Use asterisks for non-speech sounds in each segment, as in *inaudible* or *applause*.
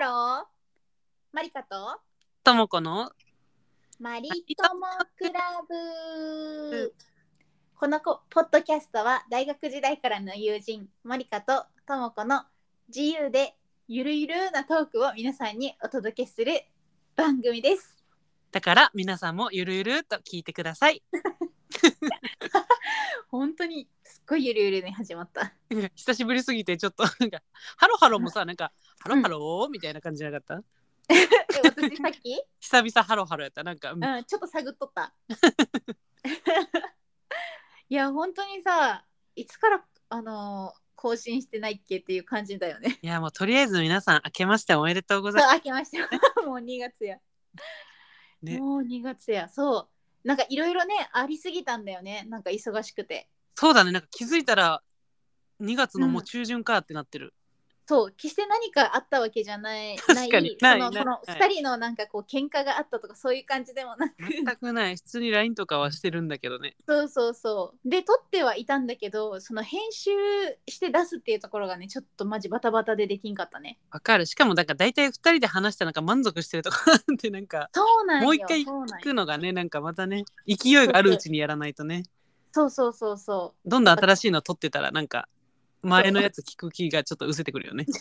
ローマリカとともこのマリトモクラブこのこポッドキャストは大学時代からの友人マリカとともこの自由でゆるゆるなトークを皆さんにお届けする番組です。だから皆さんもゆるゆるっと聞いてください *laughs* 本当にすっごいゆるゆるに始まった。久しぶりすぎてちょっとなんかハロハロもさなんかハロハローみたいな感じじゃなかった、え私さっき、久々ハロハロやったなんか、うんうん、ちょっと探っとった。 *laughs* いや本当にさいつからあのー更新してないっけっていう感じだよね。いやもうとりあえず皆さん明けましておめでとう *laughs* ございますあけましたよもう2月や、ねもう2月やそうなんかいろいろねありすぎたんだよねなんか忙しくてそうだねなんか気づいたら2月のもう中旬かってなってる、そう決して何かあったわけじゃない *laughs* 確かにないそのないそのない2人のなんかこう喧嘩があったとかそういう感じでもなく全く *laughs* ない普通に LINE とかはしてるんだけどねそうそうそうで撮ってはいたんだけどその編集して出すっていうところがねちょっとマジバタバタでできんかったねわかるしかもなんか大体2人で話したなんか満足してるとか *laughs* ってなんかそうなんよもう一回そうなん聞くよのがねなんかまたね勢いがあるうちにやらないとねそうそうそうそうどんどん新しいの撮ってたらなんか前のやつ聞く気がちょっと失せてくるよね。 *laughs*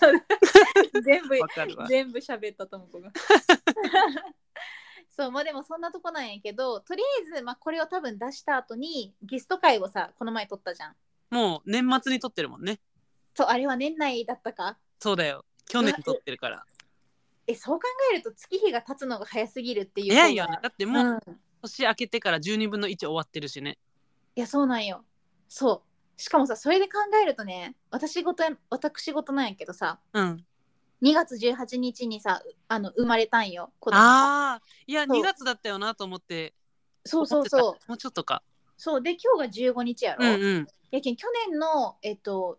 全部わかるわ。全部喋ったともこが。 *laughs* そうまあでもそんなとこなんやけどとりあえず、まあ、これを多分出した後にゲスト会をさこの前撮ったじゃん。もう年末に撮ってるもんね。そうあれは年内だったかそうだよ。去年撮ってるから。えそう考えると月日が経つのが早すぎるっていう早い方よがね。だってう、もうん年明けてから12分の1終わってるしね。いやそうなんよ。そうしかもさそれで考えるとね私事や私事なんやけどさうん。 2月18日にさあの生まれたんよ子供がああ、いや、そう2月だったよなと思って。そうそうそうう。もうちょっとか。そうで今日が15日やろ。うんうん。やけん去年のえっと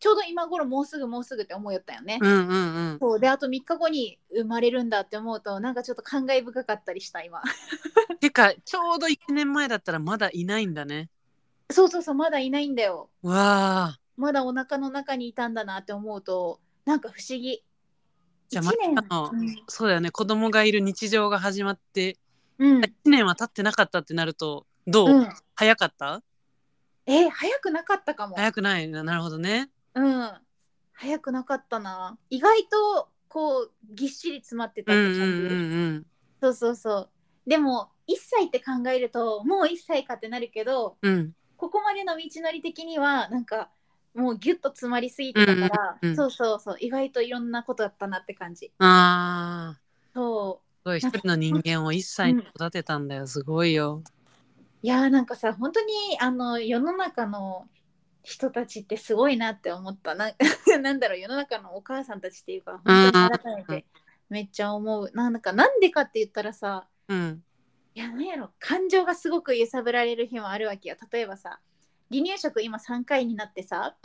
ちょうど今頃もうすぐもうすぐって思いよったよね、うんうんうん。そうであと3日後に生まれるんだって思うとなんかちょっと感慨深かったりした今 *laughs* てか、ちょうど1年前だったらまだいないんだね。そうそうそうまだいないんだよわあ。まだお腹の中にいたんだなって思うとなんか不思議じゃあ、一ま年あの、そうだよね。子供がいる日常が始まって、うん、 1年は経ってなかったってなると、どう、うんうん、早かったえ早くなかったかも早くないななるほどねうん早くなかったな意外とこうぎっしり詰まってたうっんてう感んじ、うんそうそうそうでも1歳って考えるともう1歳かってなるけどうんうんここまでの道のり的にはなんかもうギュッと詰まりすぎてたから、うんうんうんそうそうそう意外といろんなことだったなって感じあーそすごい一人の人間を一歳に育てたんだよすごいよういやーなんかさ本当にあの世の中の人たちってすごいなって思ったな *laughs* なんだろう世の中のお母さんたちっていうか本当に改めてめっちゃ思うなんかなんでかって言ったらさうんいやなんやろ感情がすごく揺さぶられる日もあるわけよ例えばさ離乳食今3回になってさ、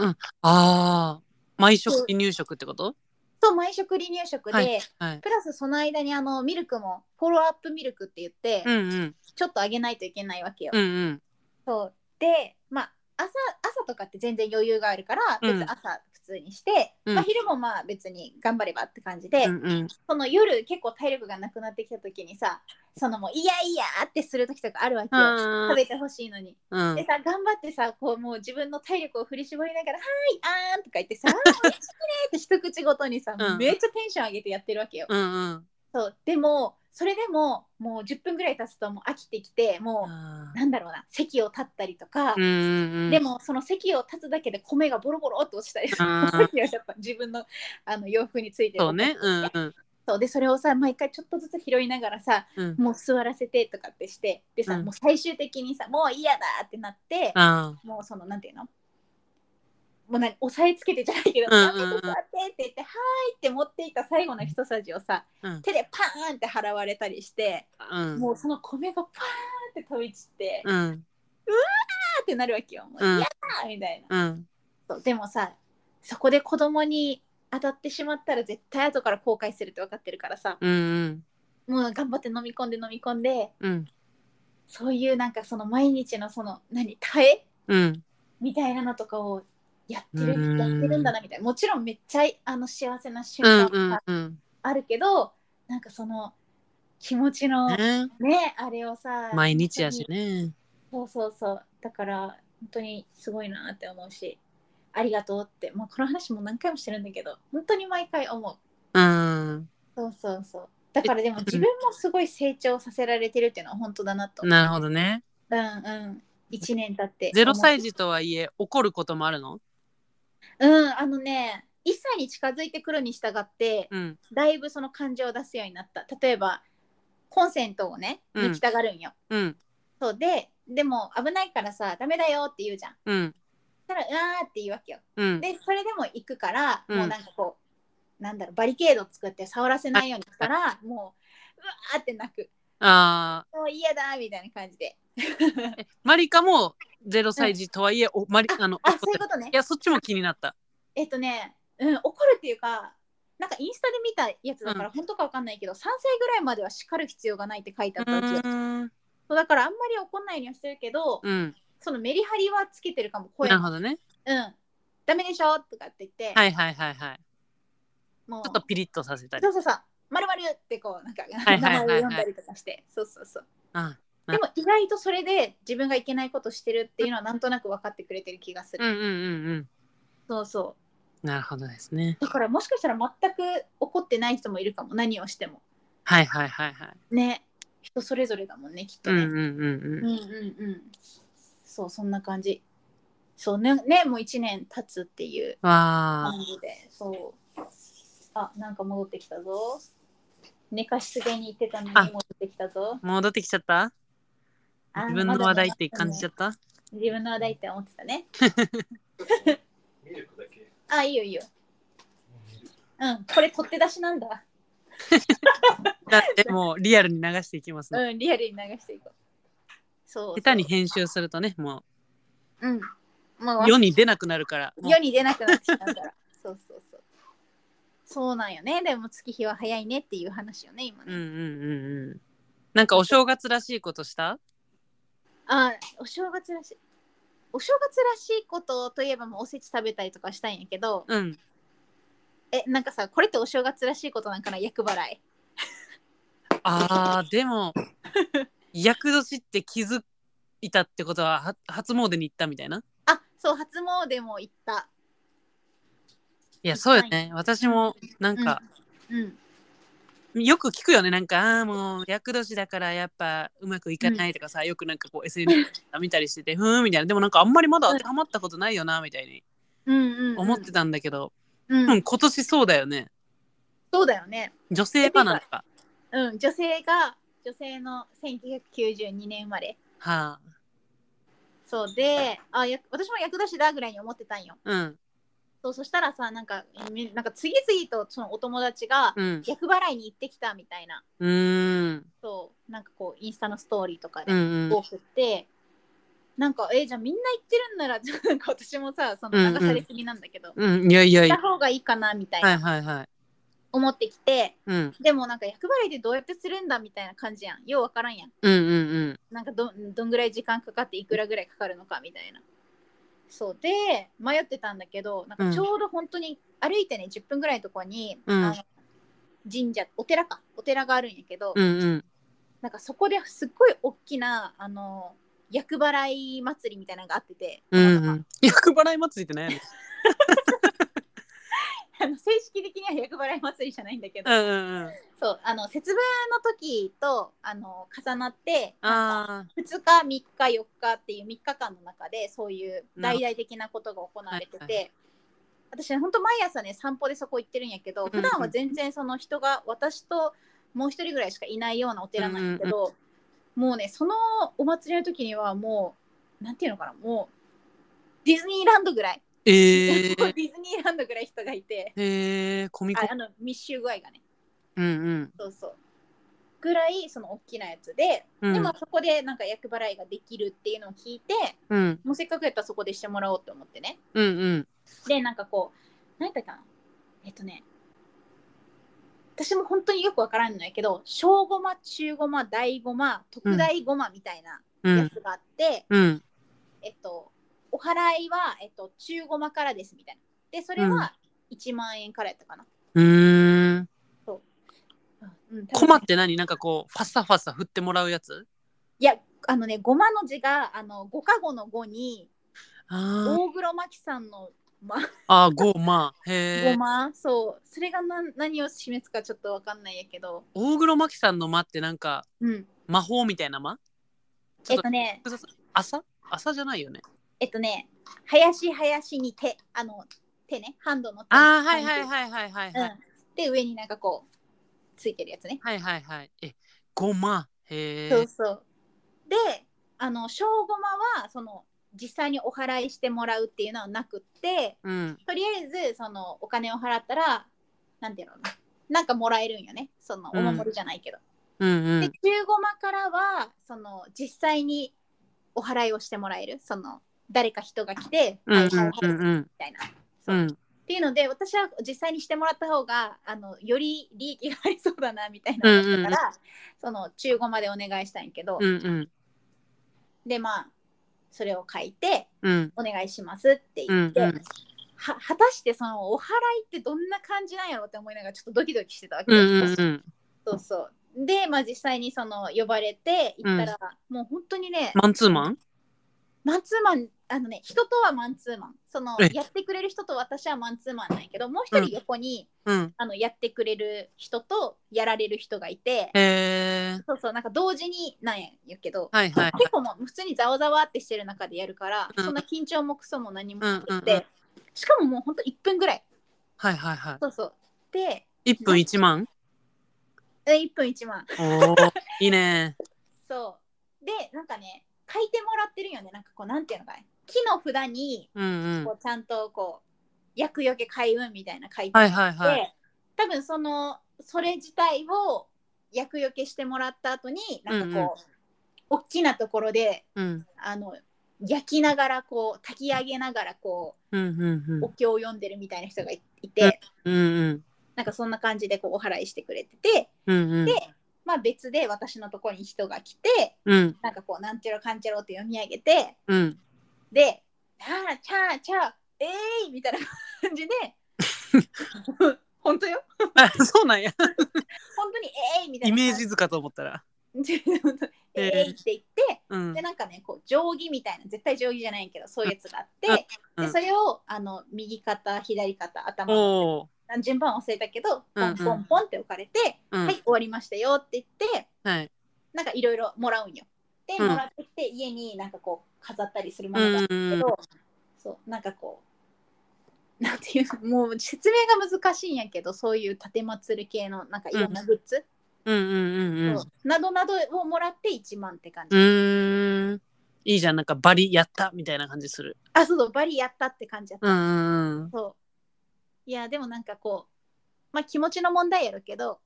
あー毎食離乳食ってことと毎食離乳食で、はいはいプラスその間にあのミルクもフォローアップミルクって言って、うんうんちょっとあげないといけないわけよ。うんうんそうでまあ朝朝とかって全然余裕があるからう別んに朝普通にして、うんまあ、昼もまあ別に頑張ればって感じで、うんうんその夜結構体力がなくなってきた時にさそのもういやいやってする時とかあるわけよあ食べてほしいのに。ーうでんさ頑張ってさこうもう自分の体力を振り絞りながら「はいあーん」とか言って *laughs* さ「あー美味しいね」って一口ごとにさ、うんめっちゃテンション上げてやってるわけよ。うんうんそうでもそれでももう10分ぐらい経つともう飽きてきてもう、あなんだろうな席を立ったりとか、ーうんうんうんでもその席を立つだけで米がボロボロっと落ちたりあー *laughs* さっきはやっぱ自分のあの洋服についてるそうねうんうんそうでそれをさ毎回ちょっとずつ拾いながらさうんもう座らせてとかってしてでさ、うんもう最終的にさもう嫌だってなって、あーもうそのなんていうのもう何押さえつけてじゃないけど「うんダメうんうんで座って」って言って「はーい」って持っていた最後の一さじをさ、うん手でパーンって払われたりして、うんもうその米がパーンって飛び散って、パうんーってなるわけよもう、うやんだーみたいな、うんそうでもさそこで子供に当たってしまったら絶対後から後悔するって分かってるからさうんうんもう頑張って飲み込んで飲み込んでうんそういうなんかその毎日のその何耐えうんみたいなのとかをやってるうんやってるんだなみたいなもちろんめっちゃあの幸せな瞬う間んうんはうんあるけどなんかその気持ちのねねあれをさ毎日やしね。そうそうそうだから本当にすごいなって思うしありがとうってもうこの話も何回もしてるんだけど本当に毎回思ううん。そうそうそうだからでも自分もすごい成長させられてるっていうのは本当だなとなるほどね。うんうん1年経ってゼロ歳児とはいえ怒ることもあるのうんあのね1歳に近づいてくるに従って、うん。だいぶその感情を出すようになった例えばコンセントをねうん抜きたがるんよ、うん。そうででも危ないからさダメだよって言うじゃんうん。そしたらうわーって言うわけようん。でそれでも行くから、うんもうなんかこうなんだろうバリケード作って触らせないようにしたらもううわーって泣くあもう嫌だーみたいな感じでーえマリカもゼロ歳児とはいえ、おマリあのあ怒っそういてうこるとねいやそっちも気になった。えっとね、うん、怒るっていうかなんかインスタで見たやつだから、本当かわかんないけど3歳ぐらいまでは叱る必要がないって書いてあったうちうん。そうだからあんまり怒んないようにはしてるけど、うん。そのメリハリはつけてるかも声なるのほどね。うんダメでしょとかって言って、はいはいはいはい。もうちょっとピリッとさせたりそう。そうそうまるまるってこうなんかいはいは名前いはいを読んだりとかして、そうそうそうあでも意外とそれで自分がいけないことしてるっていうのはなんとなく分かってくれてる気がすうる、んうんうんうん。そうそなるほどですね。うだからもしかしたら全く怒ってない人もいるかも何をしてもはいはいはいはい。ね人それぞれだもんねきっとうんね、うんうんうんうん。うんうんそうそんな感じそうねねもう1年経つっていうわあ。感じでそうあなんか戻ってきたぞ寝かしつけに行ってたのにあ戻ってきたぞ戻ってきちゃったあ自分の話題って感じちゃゃった、自分の話題って思ってたねあいいよいいようんこれ取って出しなんだだってもうリアルに流していきますね、うんリアルに流していこうそうそう下手に編集するとねもうんもうう世に出なくなるからもう世に出なくなってしまうからそうそうそうそうなんよねでも月日は早いねっていう話よね今うね、んうんうんうんなんかお正月らしいことしたあお正月らしいお正月らしいことといえばもうおせち食べたりとかしたいんやけどうんえなんかさこれってお正月らしいことなんかな厄払いあーで *laughs* も厄年って気づいたってことはは初詣に行ったみたいなあそう初詣も行ったいやそうよね私もなんか、うんよく聞くよねなんかあーもう厄年だからやっぱうまくいかないとかさ、よくなんかこう SNS 見たりしててふーんみたいなでもなんかあんまりまだ当てはまったことないよなみたいにうんうん、うん、思ってたんだけど、うん、うん、今年そうだよねそうだよね女性バナナか、うん女性が女性の1992年生まれはあ、そうであや私も厄年だぐらいに思ってたんようんそうそしたらさなんかみなんか次々とそのお友達がうん厄払いに行ってきたみたいな、うーんそうなんかこうインスタのストーリーとかうでん多くって、なんかえじゃあみんな行ってるんなら *laughs* なんか私もさそのうんうん流されすぎなんだけど、うんいやいやい行やった方がいいかなみたいな、はいはいはい思ってきてうんでもなんか厄払いでどうやってするんだみたいな感じやんようわからんやんうんうんなんかどどんぐらい時間かかっていくらぐらいかかるのかみたいなそうで迷ってたんだけどなんうかんちょうど本当に歩いてね10分ぐらいのとこに、うんあの神社お寺かお寺があるんやけど、うんうんうんなんかそこですっごい大きなあの厄払い祭りみたいなのがあってて、うんなうんかん厄払い祭りってないのあの正式的には厄払い祭りじゃないんだけど、うんうんうんそうあの節分の時とあの重なってなんかあ2日3日4日っていう3日間の中でそういう大々的なことが行われてなはいはて。私ね本当毎朝ね散歩でそこ行ってるんやけどん普段は全然その人が私ともう一人ぐらいしかいないようなお寺なんやけど、もうねそのお祭りの時にはもうなんていうのかなもうディズニーランドぐらい、ー *laughs* デえィーズニーランドぐらい人がいてえーコミコああの密集具合がねうんそうそうぐらいその大きなやつで、うんでもそこでなんか厄払いができるっていうのを聞いてうんうんもうせっかくやったらそこでしてもらおうと思ってねうんうんでなんかこう何だったかなえっとね私も本当によくわからんのやけど小ごま中ごま大ごま特大ごまみたいなうやんつがあって、うんえっとお払いは、えっと、中ごまからですみたいなでそれは1万円からやったかな、うーんそううん、多分駒って何なんかこうファサファサ振ってもらうやついやあのねごまの字があの五かごの五にあー大黒摩季さんのまあーゴーマーへごえまそうそれが何何を示すかちょっとわかんないやけど大黒摩季さんの間ってなんかうん魔法みたいな間ちえっょっととね複雑朝朝じゃないよねえっとね林林に手あの手ねハンドの手ああはいはいはいはいはいはい、うん、で上になんかこうついてるやつね、はいはいはいえゴマへそうえそうであの小ごまはその実際にお払いしてもらうっていうのはなくってうんとりあえずそのお金を払ったらなんていうのなんかもらえるんよねそのお守りじゃないけど、うんうでん中ごまからはその実際にお払いをしてもらえるその誰か人が来て、うんはいはいはいうんうんみたいな、そううんっていうので私は実際にしてもらった方があのより利益がありそうだなみたいなのだったから、その中古までお願いしたんやけど、うんうんでまあそれを書いてうん「お願いします」って言って、うんうんは果たしてそのお払いってどんな感じなんやろうって思いながらちょっとドキドキしてたわけうです、んうんうんそうそうで、まあ、実際にその呼ばれて行ったら、もう本当にね、マンツーマンマンツーマンあのね人とはマンツーマンそのえやってくれる人と私はマンツーマンなんやけどもう一うん人横に、うんあのやってくれる人とやられる人がいてへえそうそうなんか同時になんやけど、はいはい結構もう普通にざわざわってしてる中でやるから、うんそんな緊張もクソも何もなくて、うんうんうしかももうほんと1分ぐらいはいはいはそうそうでい1分1万え1分1万おおいいねそうでなんかね書いてもらってるよねなんかこうなんていうのかね木の札にうんうんこうちゃんとこう厄除け開運みたいな書いてはいはいはいで多分そのそれ自体を厄除けしてもらった後になんかこう、大きなところでうんあの焼きながらこう炊き上げながらこうんうんう、おう経を読んでるみたいな人がいいて、んうんなんかそんな感じでこうお祓いしてくれてて、うんうんでまあ、別で私のところに人が来てうんなんかこうなんちゃらかんちゃらって読み上げてうんで「チャーチャーチャーえーい!」みたいな感 *laughs* じで本当よあそうなんや本当に「えーい!」みたいイな感じメージ図かと思ったらで本当 *laughs* ええーー、って言って、うんでなんかねこう定規みたいな絶対定規じゃないけどそういうやつがあって、うんでそれをあの右肩左肩頭おお順番忘れたけどうポんうんンポンポンって置かれて、うんはい終わりましたよって言ってはいなんかいろいろもらうんよ。でうんもらってきて家になんかこう飾ったりするもうのがあるんうけんど、そうなんかこうなんていうのもう説明が難しいんやけどそういう盾祭り系のなんかいろんなグッズ、うんうんうんそうなどなどをもらって1万って感じ。うーんいいじゃんなんかバリやったみたいな感じするあそうそうバリやったって感じやった、うんうんうんそういやでもなんかこうまあ気持ちの問題やるけど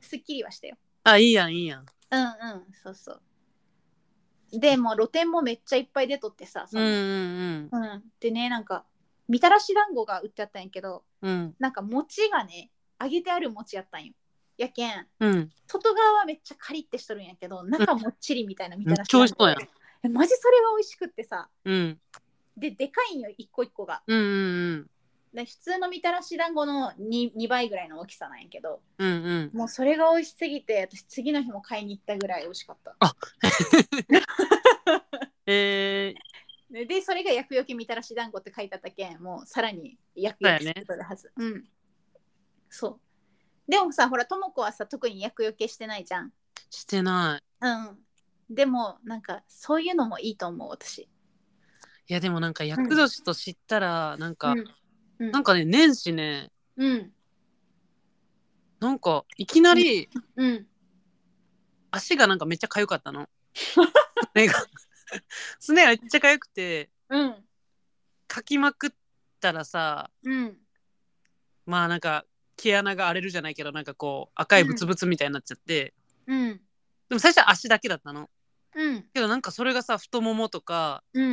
すっきりはしたよあいいやんいいやんうんうんそうそうでもう露店もめっちゃいっぱい出とってさそうんのうんうんでねなんかみたらし団子が売ってあったんやけどうんうんなんか餅がね揚げてある餅やったんよやけんうん外側はめっちゃカリッてしとるんやけど中もっちりみたいなみたらしめっちゃ美味しそうえマジそれは美味しくってさうんででかいんよ一個一個がうんうんで普通のみたらし団子の 2, 2倍ぐらいの大きさなんやけどうんうんうんもうそれが美味しすぎて私次の日も買いに行ったぐらい美味しかった、 *laughs* えーねでそれが厄除けみたらし団子って書いてあったけんもうさらに厄除けしてくるはずう,、んそうでもさほらとも子はさ特に厄除けしてないじゃんしてないうんでもなんかそういうのもいいと思う私いやでもなんか厄年と知ったらなんか、うんうんなんかね年始ねうんなんかいきなりうん足がなんかめっちゃ痒かった *laughs* の。すねがすねがめっちゃ痒くてうんかきまくったらさうんまあなんか毛穴が荒れるじゃないけどなんかこう赤いブツブツみたいになっちゃって、うんでも最初は足だけだったの。うんけどなんかそれがさ太ももとかうん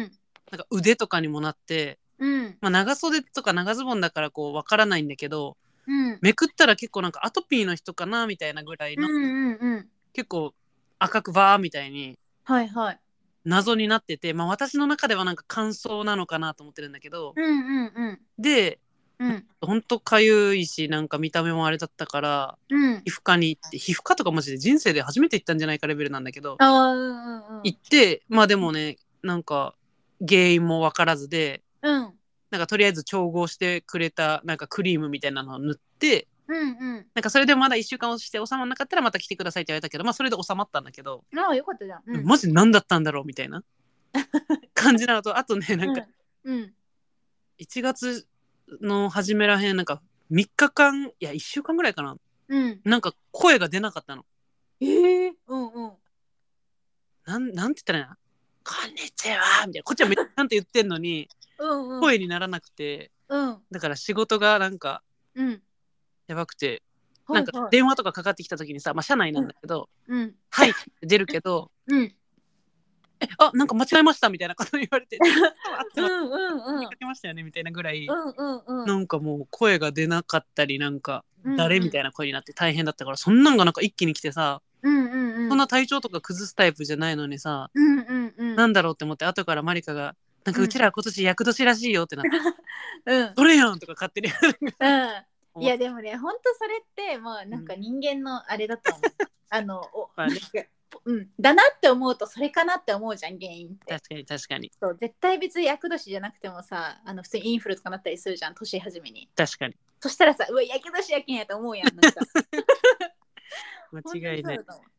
なんか腕とかにもなって、うんまあ、長袖とか長ズボンだからこうわからないんだけどうんめくったら結構なんかアトピーの人かなみたいなぐらいの、うんうん結構赤くバーみたいにはいはい謎になってて、まあ、私の中ではなんか乾燥なのかなと思ってるんだけど、うんうんうんでうん本当かゆいしなんか見た目もあれだったからうん皮膚科に行って皮膚科とかマジで人生で初めて行ったんじゃないかレベルなんだけどあーうんうんうん行ってまあでもねなんか原因も分からずでうんなんかとりあえず調合してくれたなんかクリームみたいなのを塗ってうんなんかそれでまだ1週間をして収まらなかったらまた来てくださいって言われたけどまあそれで収まったんだけど、うんああよかったじゃんうんマジ何だったんだろうみ *laughs* たいな感じなのとあとねなんかうん1月の初めらへんなんか3日間いや1週間ぐらいかなうんなんか声が出なかったの。ええうんうんなんなんて言ったらいいのこんにちはみたいなこっちはめっちゃちゃんと言ってんのにうんうん声にならなくてうんだから仕事がなんかうんやばくてはないんかはい電話とかかかってきた時にさ、まあ、社内なんだけどうん「はい」って出るけどうん「えあなんか間違えました」みたいなこと言われて「*laughs* あうそんううんうん間違えましたよね」みたいなぐらいうんうんうんなんかもう声が出なかったりなんかうんうん誰みたいな声になって大変だったからそんなんがなんか一気に来てさうんうんうんそんな体調とか崩すタイプじゃないのにさうんうんうんなんだろうって思って後からマリカが「なんかうんうちら今年厄年らしいよ」ってなってうん「それやん!」とか *laughs* 勝手にうんいやでもね本当それってもうなんか人間のあれだと *laughs* 思う、あのお、まあねうん、だなって思うとそれかなって思うじゃん原因って確かに確かにそう絶対別に厄年じゃなくてもさあの普通にインフルとかなったりするじゃん年初めに確かにそしたらさうわ厄年やけんやと思うやん *laughs* なんか間違いな本当にいそうだと思う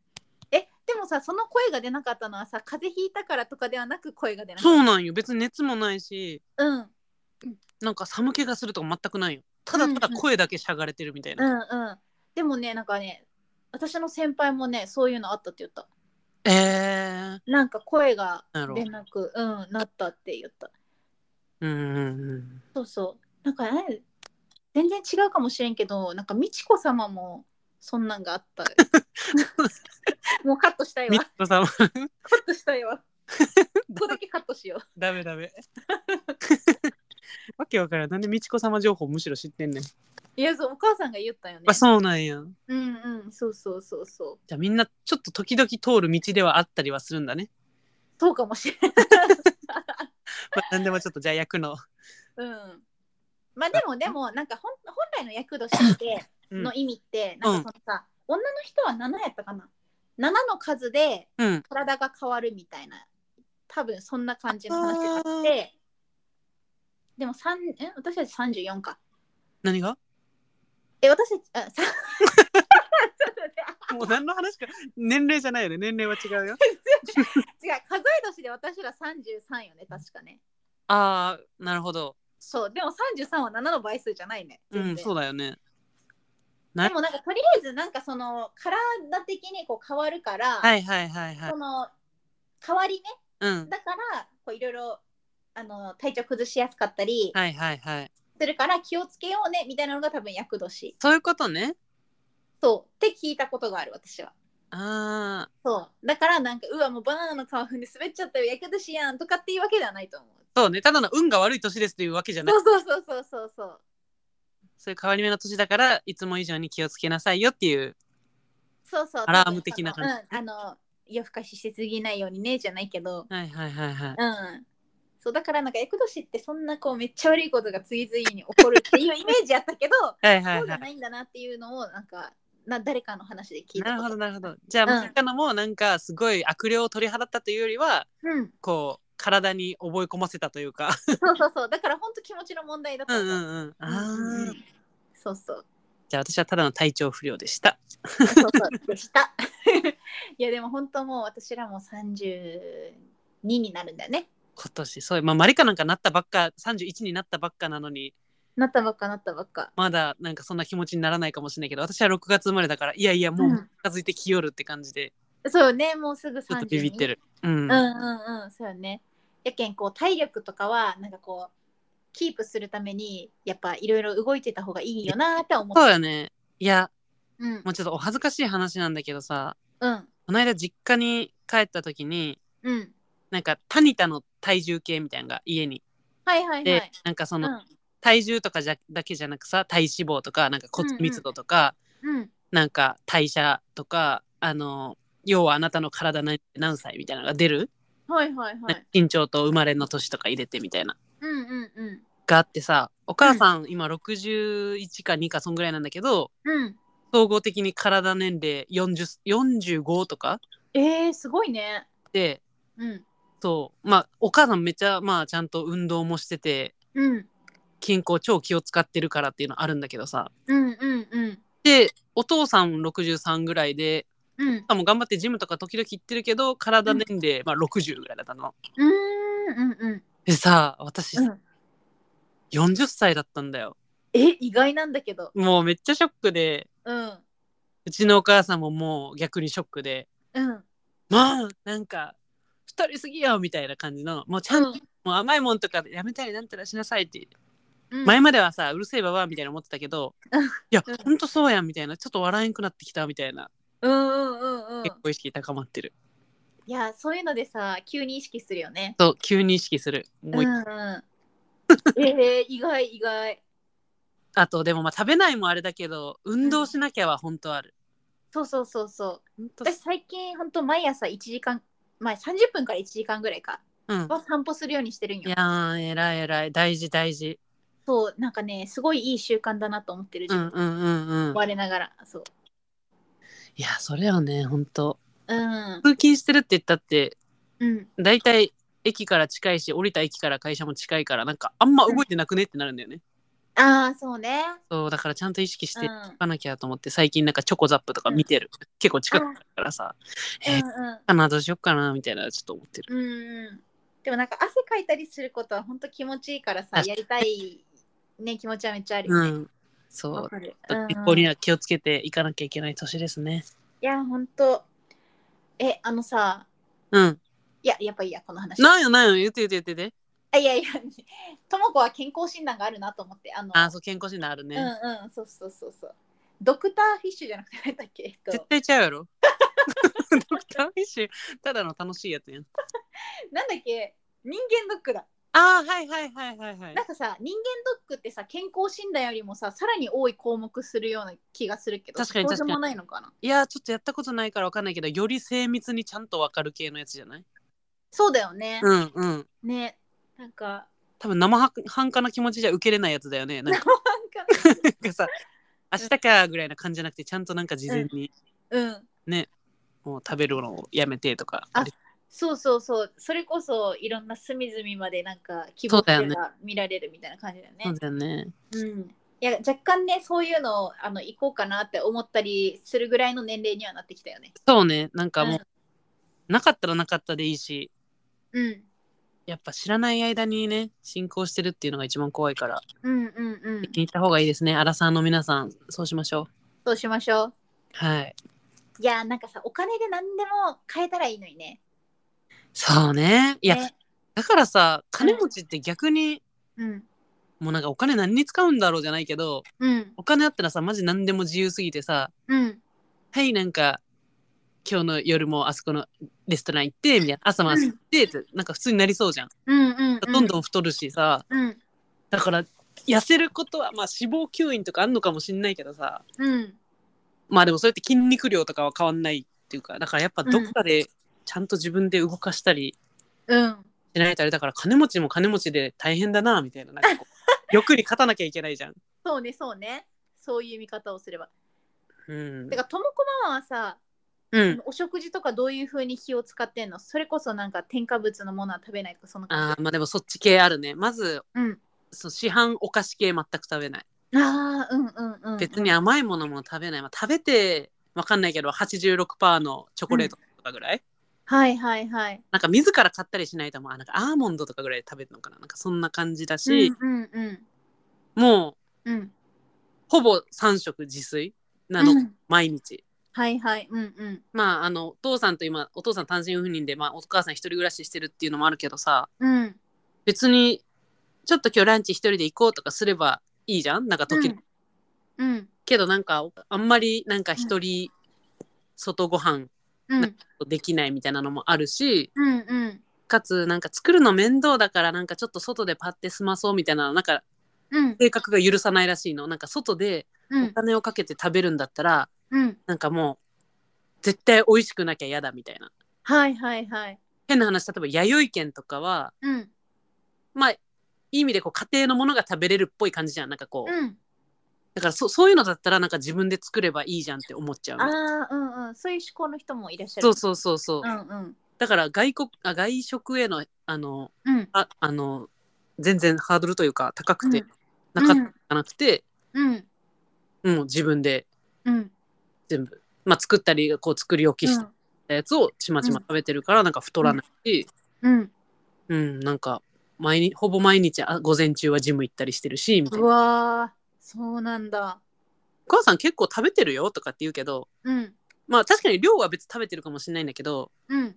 えでもさその声が出なかったのはさ風邪ひいたからとかではなく声が出なかっそうなんよ別に熱もないしたうんなんか寒気がするとか全くないよただただ声だけしゃがれてるみたいな、うんうんでもねなんかね私の先輩もねそういうのあったって言ったえーなんか声がなるほど出なくうんなったって言ったうんうんうんそうそうなんかね全然違うかもしれんけどなんか美智子様もそんなんがあった *laughs* もうカットしたいわみつこさんカットしたいわここだけカットしよダメダメ *laughs* わけわからんなんで美智子様情報むしろ知ってんねん、ういやそうお母さんが言ったよねあそうなんやうんうんそうそうそうそうじゃあみんなちょっと時々通る道ではあったりはするんだね、そうかもしれんまあ、何でもちょっとじゃあ役の、うんまあでもでもなんか本本来の役年ってうん、の意味って、なんかそのさ、女の人は7やったかな7の数でうん体が変わるみたいな多分そんな感じの話があってでも三え私たち34か何がえ私たちあさ *laughs* ちょっと待もう何の話か年齢じゃないよね年齢は違うよって違う数え年で私ら33よね確かねああなるほどそうでも33は7の倍数じゃないねう全然んそうだよねでもなんかとりあえずなんかその体的にこう変わるから、はいはいはいはいその変わり目うんだからこういろいろあの体調崩しやすかったりはいはいはいするから気をつけようねみたいなのが多分厄年そういうことねそうって聞いたことがある私はああそうだからなんかうわもうバナナの皮踏んで滑っちゃったよ厄年やんとかっていうわけではないと思うそうねただの運が悪い年ですというわけじゃないそうそうそうそうそうそうそういう変わり目の年だからいつも以上に気をつけなさいよっていうそうそうアラーム的な感じ、うん、あの夜更かししすぎないようにねじゃないけどはいはいはいはいうんそうだからなんか厄年ってそんなこうめっちゃ悪いことが次々に起こるっていうイメージやったけどはいはいそうじはゃいないんだなっていうのをなんかな誰かの話で聞いなたことるほどなるほどじゃあまさかのもなんかすごい悪霊を取り払ったというよりはうん、こう体に覚え込ませたというかそうそうそうだから本当気持ちの問題だと *laughs* う思うんうんうんあうんうんうんあそうそうじゃあ私はただの体調不良でしたそうそうでした *laughs* いやでも本当もう私らも32になるんだよね今年そうまあマリカなんかなったばっか31になったばっかなのになったばっかなったばっかまだなんかそんな気持ちにならないかもしれないけど私は6月生まれだからいやいやもううん近づいてきよるって感じでそうねもうすぐ32ちょっとビビってる、ううんんうんうんそうよねやけんこう体力とかはなんかこうキープするためにやっぱいろいろ動いてた方がいいよなーって思っそうたよねいやうんもうちょっとお恥ずかしい話なんだけどさうんこの間実家に帰った時にうんなんかタニタの体重計みたいなのが家にはいはいで、はいなんかそうのん体重とかじゃだけじゃなくさ体脂肪とかなんか骨密度とか、うんなんか代謝とかあの要はあなたの体何何歳みたいなのが出る、はいはいはい身長と生まれの年とか入れてみたいなうんうんうんがあってさお母さん今61か2かそんぐらいなんだけど、うん。総合的に体年齢40 45とかえー、すごいね。でうん。そうまあお母さんめっちゃ、まあ、ちゃんと運動もしててうん。健康超気を使ってるからっていうのあるんだけどさうんうんうん。でお父さん63ぐらいでうん。あもう頑張ってジムとか時々行ってるけど体年齢、まあ、60ぐらいだったの。うーんうんうんでさ私、うん。 40歳だったんだよ。え、意外なんだけど。もうめっちゃショックでうん。うちのお母さんももう逆にショックでうん。まあなんか太りすぎよみたいな感じのもうちゃんと、もう甘いもんとかやめたりなんたらしなさいって、うん。前まではさうるせえばばあみたいな思ってたけど、うんいや、うんほんとそうやんみたいなちょっと笑えんくなってきたみたいなうんうん *laughs* うんうん。結構意識高まってる、いや、そういうのでさ、急に意識するよね。そう急に意識するもうう、んうん。 *laughs* えー、意外意外。あとでもまあ食べないもあれだけど運動しなきゃは本当ある、そうそうそうそう。ほんと私最近ほんと毎朝1時間、まあ30分から1時間ぐらいかうんは散歩するようにしてるんいよや。ー偉い偉い大事大事そう、なんかね、すごいいい習慣だなと思ってるう自ん分、うんうんうん我ながら。そう。いやそれはね本当うん。通勤してるって言ったってうん。大体駅から近いし降りた駅から会社も近いからなんかあんま動いてなくねってなるんだよね、ああ、そうね。そうだからちゃんと意識してういんかなきゃと思って、最近なんかチョコザップとか見てる、結構近くだからさ、うんえーうん。かなどうしよっかなみたいなちょっと思ってる、うんうんでもなんか汗かいたりすることは本当気持ちいいからさ確かやりたいね気持ちはめっちゃあるうよね。んそわうかるうんうん結構には気をつけていかなきゃいけない年ですねいや本当えあのさうんいややっぱいいやこの話。 *laughs* なんよなんよ言って言って言っててあいやいやともこは健康診断があるなと思ってあのあーそう健康診断あるね、うんうんそうそうそうそうドクターフィッシュじゃなくてなんだっけ、えっ絶と、対ちゃうやろ *laughs* ドクターフィッシュただの楽しいやつやんなんだっけ人間ドックだあーはいはいはいはいはいなんかさ人間ドックってさ健康診断よりもささらに多い項目するような気がするけど確かにそうで確かもにないのかないやーちょっとやったことないからわかんないけどより精密にちゃんとわかる系のやつじゃないそうだよね、うんうんねなんか多分生半可な気持ちじゃ受けれないやつだよねなんかなんかなんかさ明日かぐらいな感じじゃなくてちゃんとなんか事前にうんもう食べるのをやめてとかあそうそうそうそれこそいろんな隅々までなんか希そ望うだよねが見られるみたいな感じだよねそうだよねうんいや若干ねそういうのをあの行こうかなって思ったりするぐらいの年齢にはなってきたよねそうねなんかもう、うなかったらなかったでいいしうんやっぱ知らない間にね進行してるっていうのが一番怖いからうんうんうん気に入った方がいいですねアラサーの皆さんそうしましょうそうしましょうはいいやなんかさお金で何でも買えたらいいのにねそうねいや、ねだからさ金持ちって逆に、うんもうなんかお金何に使うんだろうじゃないけどうんお金あったらさマジ何でも自由すぎてさうんはい、なんか、今日の夜もあそこのレストラン行って、みたいな、朝もあそこ行って、ってなんか普通になりそうじゃん。うんうんどんどん太るしさ、うんだから、痩せることは、まあ、脂肪吸引とかあんのかもしんないけどさ、うんまあでもそれって筋肉量とかは変わんないっていうか、だからやっぱどっかでちゃんと自分で動かしたりうんしないとあれだから、金持ちも金持ちで大変だな、みたいな、なんかこ *laughs* う、欲に勝たなきゃいけないじゃん。そうねそうねそういう見方をすればうんて。かともこママはさうん。お食事とかどういうふうに気を使ってんのそれこそなんか添加物のものは食べないとかそのあーまあでもそっち系あるね。まず、うんそう市販お菓子系全く食べない。あーうんうんうん別に甘いものも食べない、まあ、食べてわかんないけど86%のチョコレートとかぐらい、はいはいはいなんか自ら買ったりしないともうあなんかアーモンドとかぐらい食べるのかななんかそんな感じだし、うんうんうんもううんほぼ3食自炊なの、うん毎日はいはいうんうんまああのお父さんと今お父さん単身赴任で、まあ、お母さん一人暮らししてるっていうのもあるけどさうん別にちょっと今日ランチ一人で行こうとかすればいいじゃんなんか時々、うんけどなんかあんまりなんか一人外ご飯うんできないみたいなのもあるし、うんうんかつなんか作るの面倒だからなんかちょっと外でパッて済まそうみたいななんかうん性格が許さないらしいのなんか外でうおん金をかけて食べるんだったら、うんなんかもう絶対美味しくなきゃ嫌だみたいなはいはいはい変な話例えば弥生県とかはうんまあいい意味でこう家庭のものが食べれるっぽい感じじゃんなんかこう、うん、だからそそういうのだったらなんか自分で作ればいいじゃんって思っちゃうああうんうんそういう思考の人もいらっしゃるそうそうそうそうう、んうんだから外国あ外食へのあのうんああの全然ハードルというか高くて、うんなかったなくて、うんもう自分でうん全部、まあ、作ったりこう作り置きしうたんやつをちまちま食べてるからなんか太らないし、うんうんなんか毎日ほぼ毎日あ午前中はジム行ったりしてるしみたいうなおわーそうなんだ母さん結構食べてるよとかって言うけどうんまあ確かに量は別に食べてるかもしれないんだけどうん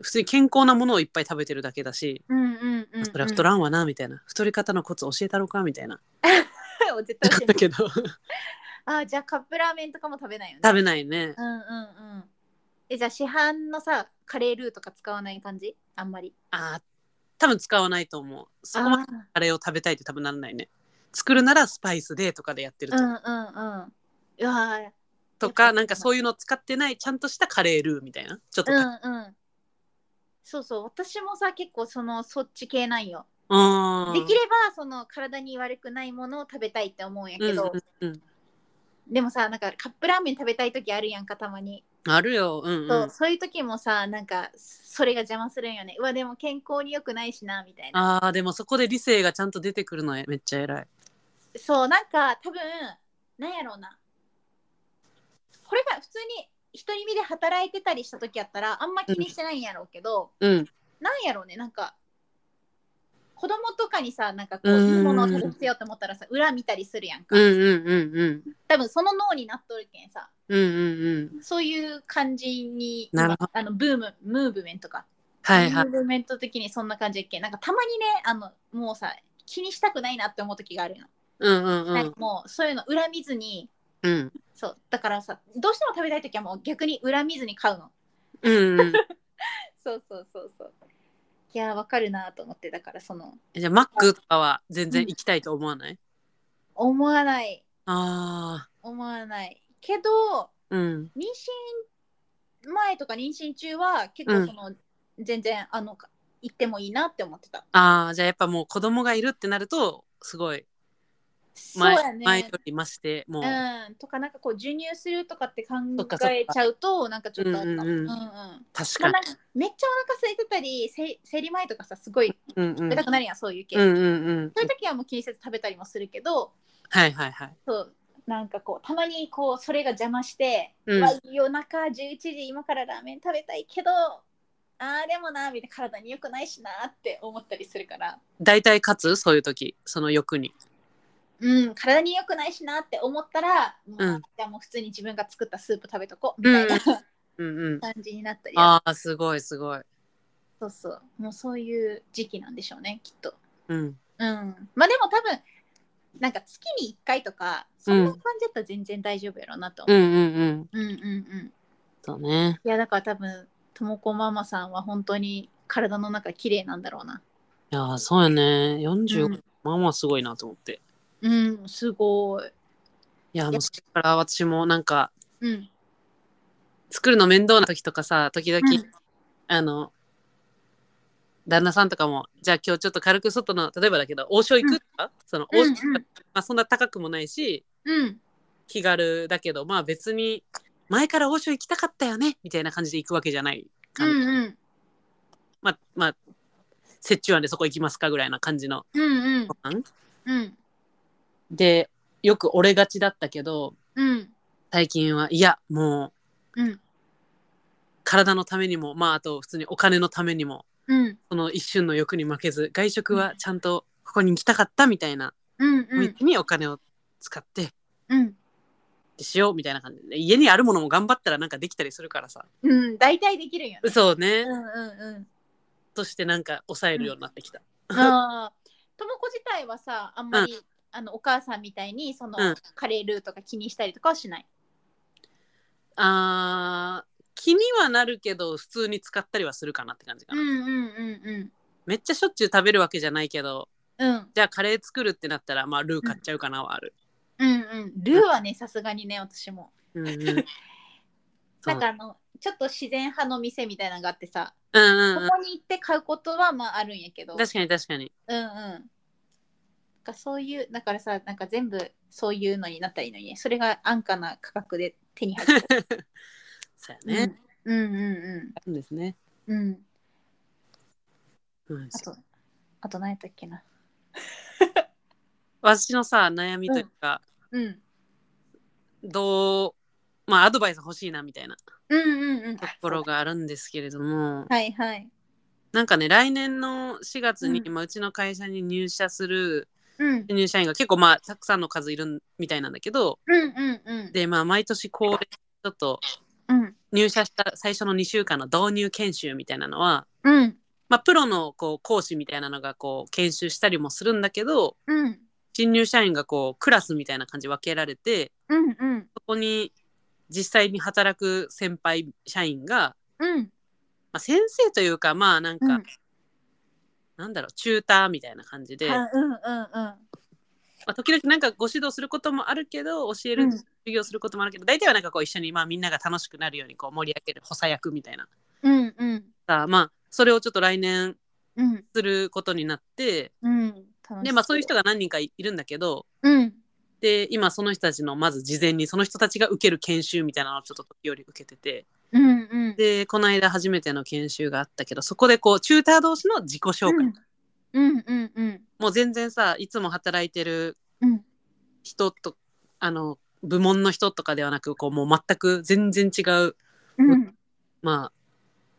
普通に健康なものをいっぱい食べてるだけだし、うんうんうんそれは太らんわなみたいな太り方のコツ教えたろかみた *laughs* いなうん絶対教えなだいけど食あーじゃあカップラーメンとかも食べないよねべないねうんうんうんえじゃあ市販のさカレールーとか使わない感じあんまりあー多分使わないと思うそこまであカレーを食べたいって多分ならないね作るならスパイスでとかでやってるーうと,、んうんうんうわーとやっかぱなんかそういうの使ってないちゃんとしたカレールーみたいなちょっとた、うんうんそうそう私もさ結構そのそっち系なんよ、うん、できればその体に悪くないものを食べたいって思うんやけど、うんうんうんでもさなんかカップラーメン食べたい時あるやんかたまに、あるようんうんそうそういう時もさなんかそれが邪魔するんよねうわでも健康に良くないしなみたいなあーでもそこで理性がちゃんと出てくるのはめっちゃ偉いそうなんか多分なんやろうなこれが普通に一人身で働いてたりした時やったらあんま気にしてないんやろうけど、うんなんやろうねなんか子供とかにさなんかこううんいいものを食べせようと思ったらさ裏見たりするやんか、うんうんうんうん多分その脳になっとるけんさうんうんうんそういう感じになるほどあのブームムーブメントか、はいはいムーブメント的にそんな感じやっけんなんかたまにねあのもうさ気にしたくないなって思う時があるの、うんうんうなんんかもうそういうの裏見ずにうんそうだからさどうしても食べたい時はもう逆に恨みずに買うのうんうんそうそうそうそういやーわかるなと思ってだからそのじゃあマックとかは全然行きたいと思わない、思わないあ思わないけどーうん妊娠前とか妊娠中は結構その、全然あの行ってもいいなって思ってたあーじゃあやっぱもう子供がいるってなるとすごいそう前,、や前よねり増してもう、うん、とかなんかこう授乳するとかって考そっかそっかえちゃうとなんかちょっとあったうんうんうんうんうん確まかあになんかめっちゃお腹空いてたりせ生理前とかさすごいうんうん食べたくなるやん、そういう系、うんうんうんそういう時はもう気にせず食べたりもするけどはいはいはいそうなんかこうたまにこうそれが邪魔して、うんわ夜中11時今からラーメン食べたいけどあーでもなみたいな体に良くないしなって思ったりするから大体勝つそういう時その欲にうん体に良くないしなって思ったら、まあうんじゃあもう普通に自分が作ったスープ食べとこうみたいな感うんうんじになったり、ああすごいすごいそうそうもうそういう時期なんでしょうねきっとうんうんまあでも多分なんか月に1回とかそんな感じだったら全然大丈夫やろうなとう思んう、うんうんうん、うんうんうんそうねいやだから多分ともこママさんは本当に体の中綺麗なんだろうな。いやーそうやね45、うんまあまあすごいなと思ってうん、すごい。いやいもやうそれから私もなんかうん。作るの面倒な時とかさ時々、うんあの旦那さんとかもじゃあ今日ちょっと軽く外の例えばだけど王将行くとか、そのう王将、んうんまあ、そんな高くもないしうん。気軽だけどまあ別に前から王将行きたかったよねみたいな感じで行くわけじゃないうん感じ、うん。まあまあ折衷案でそこ行きますかぐらいな感じのうんうんご。飯うん。でよく折れがちだったけどうん。最近はいやもううん。体のためにもまああと普通にお金のためにもうん。その一瞬の欲に負けず外食はちゃんとここに行きたかったみたいなうん。う道ん。にお金を使ってっうん。てしようみたいな感じで家にあるものも頑張ったらなんかできたりするからさうん。大体できるんよね。そうね、うんうんうん。としてなんか抑えるようになってきた、ああ。ともこ自体はさ、あんまり、あのお母さんみたいにその、うんカレールーとか気にしたりとかはしない。あー気にはなるけど普通に使ったりはするかなって感じかな、うんうんめっちゃしょっちゅう食べるわけじゃないけどうんうん。うんじゃあカレー作るってなったらまあルー買っちゃうかなはある、うんうん。ルーはね、さすがにね、私も。うんうん、そうなんかあのちょっと自然派の店みたいなのがあってさ、うんうんこうんこに行って買うことはまああるんやけど確かに確かにうんうんなんかそういうだからさなんか全部そういうのになったらいいのにねそれが安価な価格で手に入る、そうやね、うん、うんうんあるんですね、うんうんうんあ、とあと何やったっけな私のさ悩みというか、うんどうまあアドバイス欲しいなみたいなうんうんうんところがあるんですけれどもはいはいなんかね来年の4月に、ううまあ、うちの会社に入社するうん新入社員が結構まあたくさんの数いるみたいなんだけどうんうんうんでまあ毎年恒例ちょっとうん入社した最初の2週間の導入研修みたいなのは、うんまあ、プロのこう講師みたいなのがこう研修したりもするんだけどうん新入社員がこうクラスみたいな感じで分けられてうんうんそこに実際に働く先輩社員が、うんまあ、先生というかまあなんか、うんなんだろうチューターみたいな感じで、まあうんうんうんあ、時々なんかご指導することもあるけど教えうるん授業することもあるけど、大体はなんかこう一緒にまあみんなが楽しくなるようにこう盛り上げる補佐役みたいなうんうんさあまあそれをちょっと来年うんすることになってうん楽しで、まあ、そういう人が何人かいいるんだけどうんで今その人たちのまず事前にその人たちが受ける研修みたいなのをちょっと時折受けててうんうんでこの間初めての研修があったけどそこでこうチューター同士の自己紹介、うんうんうんもう全然さいつも働いてるうん人とあの部門の人とかではなくこうもう全く全然違ううんまあ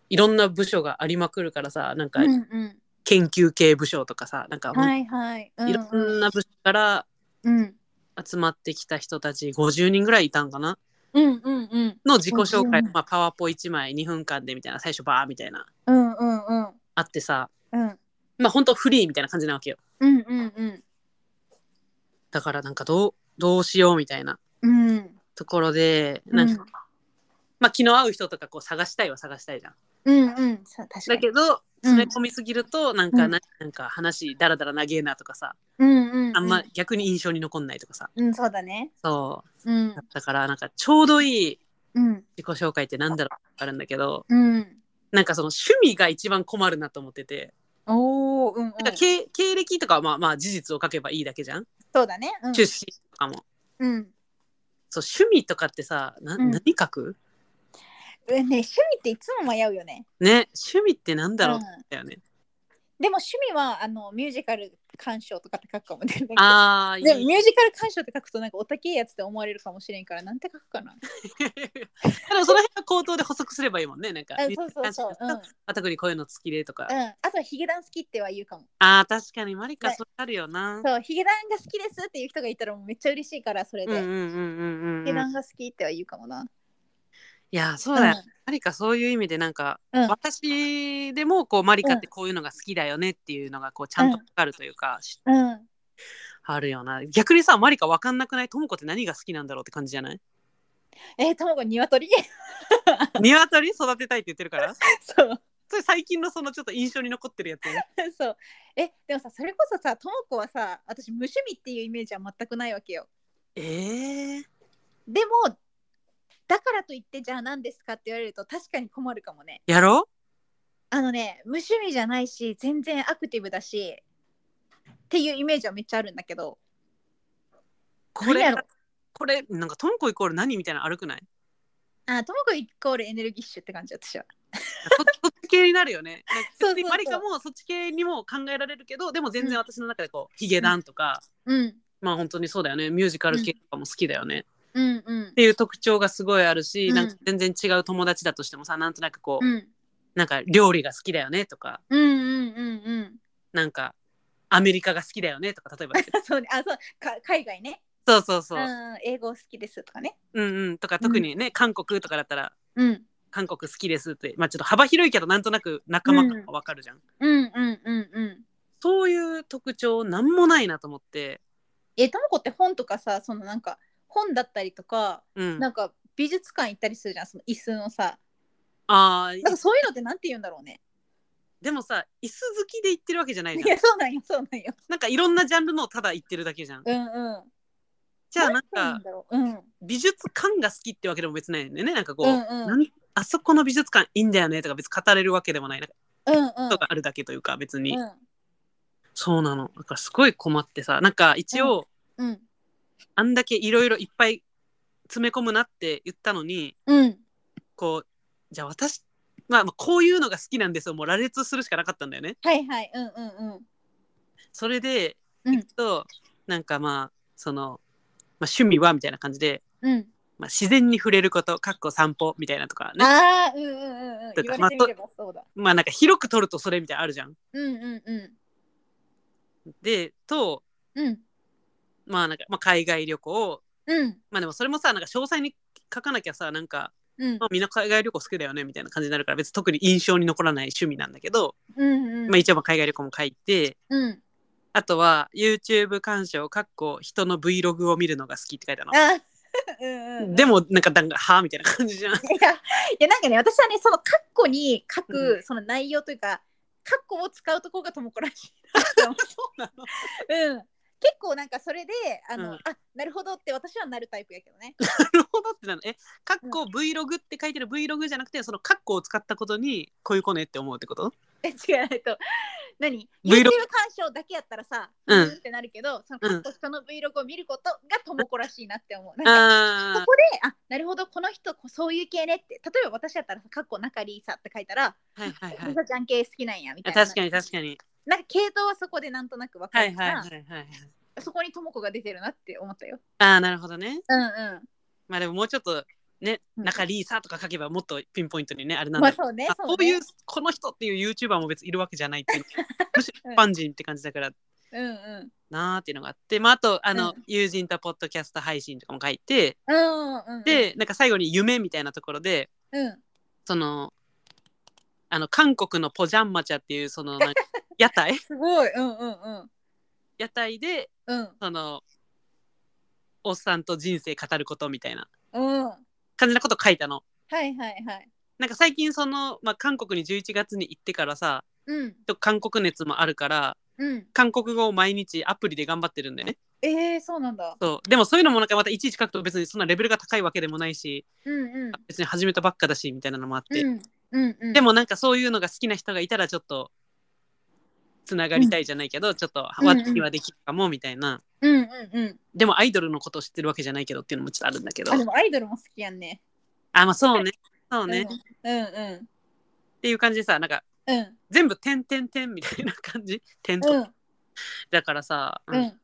いろんな部署がありまくるからさなんかうんうん研究系部署とかさなんか、はいはいうんいろんな部署からうん集まってきた人たち50人ぐらいいたんかなうんうんうんの自己紹介50人まあ、パワポ1枚2分間でみたいな最初バーみたいなうんうんうんあってさうんまあ本当フリーみたいな感じなわけようんうんうんだからなんかどうどうしようみたいなうんところでなんか、まあ気の合う人とかこう探したいは探したいじゃんうんうんさ確かだにけどうん詰め込みすぎるとなんか、うんななんか話だらだら長えなとかさうんうんあんま逆に印象に残んないとかさうんそうだねそうんうだからなんかちょうどいいうん自己紹介ってなんだろうあるんだけどうんなんかその趣味が一番困るなと思ってておおうんうんなんか経経歴とかはまあまあ事実を書けばいいだけじゃんそうだねうん出身とかも。うんそう趣味とかってさな、うん何書くね趣味っていつも迷うよねね趣味ってなんだろううんだよね。でも趣味はあのミュージカル鑑賞とかって書くかもねああいいでもミュージカル鑑賞って書くとなんかおたけえやつって思われるかもしれんからなんて書くかな *laughs* でもその辺は口頭で補足すればいいもんねなんか。あそうそうそう、うん、うん、あ特にこういうの好きでとか。あとはヒゲダン好きっては言うかもああ確かにマリカねそれあるよな。そうヒゲダンが好きですっていう人がいたらもうめっちゃ嬉しいからそれうんで、うんうんうんヒうゲんうダん。ンが好きっては言うかもないやそうだよ、マリカそういう意味でなんか、うん私でもこうマリカってこういうのが好きだよねっていうのがこうちゃんとわかるというか、しうん、うん、あるよな逆にさマリカわかんなくないともこって何が好きなんだろうって感じじゃないえー、卵鶏鶏育てたいって言ってるから *laughs* そうそれ最近のそのちょっと印象に残ってるやつねそうえでもさそれこそさともこはさ私無趣味っていうイメージは全くないわけよええでもだからといってじゃあ何ですかって言われると確かに困るかもねやろあのね無趣味じゃないし全然アクティブだしっていうイメージはめっちゃあるんだけどこ何やれろこれなんかトモコイコール何みたいなの歩くないあともこイコールエネルギッシュって感じ私はそそっち系になるよねなんか *laughs* そうそうそう別にマリカもそっち系にも考えられるけどでも全然私の中でこうヒゲダンとか、うんまあ本当にそうだよねミュージカル系とかも好きだよね、っうんうんていう特徴がすごいあるし、うんなんか全然違う友達だとしてもさなんとなくこう、うんなんか料理が好きだよねとかうんうんうんうんなんかアメリカが好きだよねとか例えば *laughs* そうね、あ、そう、か海外ね。そうそううそう、ん、英語好きですとかね。うんうんとか特にね、韓国とかだったらうん、韓国好きですって、まあ、ちょっと幅広いけどなんとなく仲間感がわかるじゃん、うん、うん、うん、うん。そういう特徴なんもないなと思って、え、ともこって本とかさ、そのなんか本だったりとか、うん、なあんか美術館行ったりするじゃん、その椅子のさ。あーなんかそういうのってなんて言うんだろうね。でもさ椅子好きで言ってるわけじゃないいじゃんや、そうなんよ、そうなんよ。なんかいろんなジャンルのをただ言ってるだけじゃんうん、うん。じゃあなんそうなんかだろう。うん、美術館が好きってわけでも別ないよねなんかこう、うん、う。なんんあそこの美術館いいんだよねとか別に語れるわけでもないなんかうんうんことがあるだけというか別に、うんそうなのだからすごい困ってさなんか一応、うんあんだけいろいろいっぱい詰め込むなって言ったのにうんこうじゃあ私、まあ、まあこういうのが好きなんですよもう羅列するしかなかったんだよね。はいはいうんうんうんそれでうん行くと、なんかまあその、まあ、趣味はみたいな感じで、うんまあ、自然に触れることかっこ散歩みたいなとかねああうんうんうんうんと言かわれてみればそうだまあなんか広く取るとそれみたいなのあるじゃん。うんうんうでとんうんまあなんか、まあ、海外旅行うんまあでもそれもさなんか詳細に書かなきゃさなんか、うんまあ、みんな海外旅行好きだよねみたいな感じになるから別に特に印象に残らない趣味なんだけど、うんうんまあ、一応まあ海外旅行も書いてうんあとは YouTube 鑑賞かっこ人の Vlog を見るのが好きって書いたの。あーうんうんうんでもなんかなんかはあみたいな感じ *laughs* じゃん。いやいやなんかね私はねそのカッコに書く、うんその内容というかカッコを使うとこがともこらしいなって *laughs* そうなの思う、うん、結構なんかそれであの、うんあなるほどって私はなるタイプやけどね *laughs* なるほどってなのえかっこ Vlog って書いてる Vlog じゃなくてそのカッコを使ったことにこういう子ねって思うってことえ違うえっと何 Vlog YouTube 鑑賞だけやったらさうんふーってなるけどそのカッコ人の Vlog を見ることがともこらしいなって思うなんかそあこであなるほどこの人こそういう系ねって例えば私やったらさ「かっこ中里依紗」って書いたら *laughs* あはいは「いはりいさちゃん系好きなんや」みたいな確かに確かになんか系統はそこでなんとなく分かはいるかはら、いはいはいそこにともこが出てるなって思ったよ。ああなるほどねうんうまあでももうちょっとねうん中リーサとか書けばもっとピンポイントにねあれなんまあだそうね。あそこううねいうこの人っていう YouTuber も別にいるわけじゃないっていう *laughs* むしうろん一般人って感じだからうんうん。なーっていうのがあってまああとあの、う友人とポッドキャスト配信とかも書いてうんうんうん。、でなんか最後に夢みたいなところでうん。そのあの韓国のポジャンマチャっていうそ *laughs* のなんか屋台すごい。うんうんうん。屋台でうんそのおっさんと人生語ることみたいなうん。はい感じなこと書いたの。はいはい。なんか最近その、まあ、韓国に11月に行ってからさうんちょっと韓国熱もあるからうん。韓国語を毎日アプリで頑張ってるんでねえー、そうなんだ。そうでもそういうのもなんかまたいちいち書くと別にそんなレベルが高いわけでもないしうんうん。別に始めたばっかだしみたいなのもあって、うんうんうん。でもなんかそういうのが好きな人がいたらちょっとつながりたいじゃないけど、ちょっとうんうん私にはできるかもみたいな、うんうんうん。でもアイドルのことを知ってるわけじゃないけどっていうのもちょっとあるんだけどあでもアイドルも好きやんね。あまあそうねそうね、っうんうんていう感じでさなんかうんうん全部点点点みたいな感じ *laughs* 点と、うんだからさ、ううんん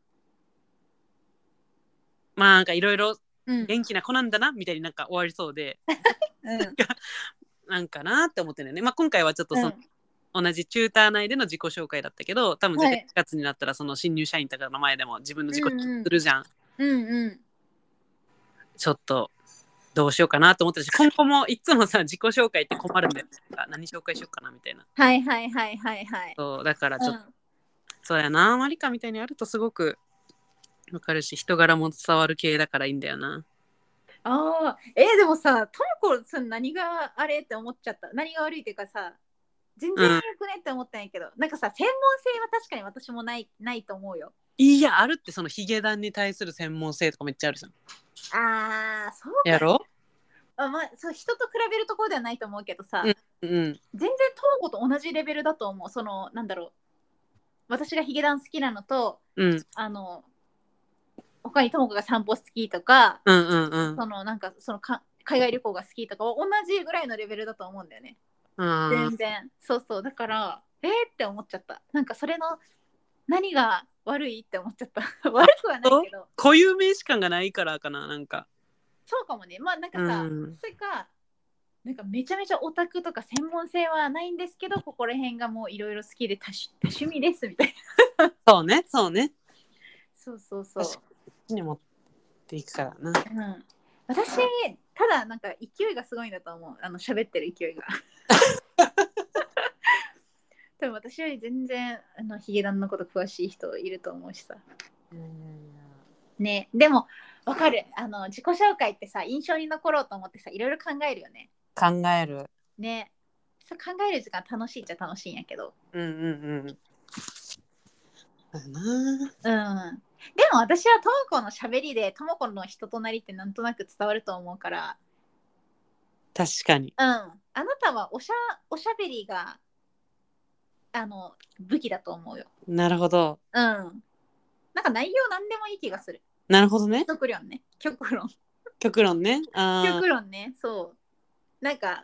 まあなんかいろいろうん元気な子なんだなみたいになんか終わりそうでうんなんかなって思ってるよね、まあ、今回はちょっとその、同じチューター内での自己紹介だったけど多分は11い月になったらその新入社員とかの前でも自分の自己紹うんうん介するじゃん、うんうんちょっとどうしようかなと思 *laughs* ってるし今後もいつもさ自己紹介って困るんだよなんか何紹介しようかなみたいなはいはいはいはいはい。そうだからちょっと、うんそうやなマリカみたいにあるとすごくわかるし人柄も伝わる系だからいいんだよなああ、えー、でもさ、ともこさん何があれって思っちゃった。何が悪いっていうかさ、全然うんよくねって思ったんやけど、なんかさ、専門性は確かに私もないないと思うよ。いやあるってそのヒゲダンに対する専門性とかめっちゃあるじゃんああ、そうやろあ、まあ、そう人と比べるところではないと思うけどさ、んうん全然ともこと同じレベルだと思う。その、なんだろう。私がヒゲダン好きなのと、うんあの、他にともこが散歩好きとか、うんうんうんその、なんか、そのか、海外旅行が好きとかは同じぐらいのレベルだと思うんだよね。あー全然そうそうだからえー、って思っちゃったなんかそれの何が悪いって思っちゃった *laughs* 悪くはないけど固有名詞感がないからかななんかそうかもねまあなんかさ、うんそれかなんかめちゃめちゃオタクとか専門性はないんですけどここら辺がもういろいろ好きで多趣多趣味ですみたいなそうねそうね *laughs* そうそうそう、確こっちに持っていくからなうん、私ただなんか勢いがすごいんだと思うあの喋ってる勢い *laughs* が多分私より全然あのヒゲダンのこと詳しい人いると思うしさねでもわかるあの自己紹介ってさ印象に残ろうと思ってさいろいろ考えるよね考えるねそう考える時間楽しいっちゃ楽しいんやけどうんうんうんだなうんでも私はともこのしゃべりでともこの人となりってなんとなく伝わると思うから確かに。うん、あなたはおしゃおしゃべりがあの武器だと思うよ。なるほど。うん。なんか内容なんでもいい気がする。なるほどね。極論ね。極論。極論ね。あ極論ね。そう。なんか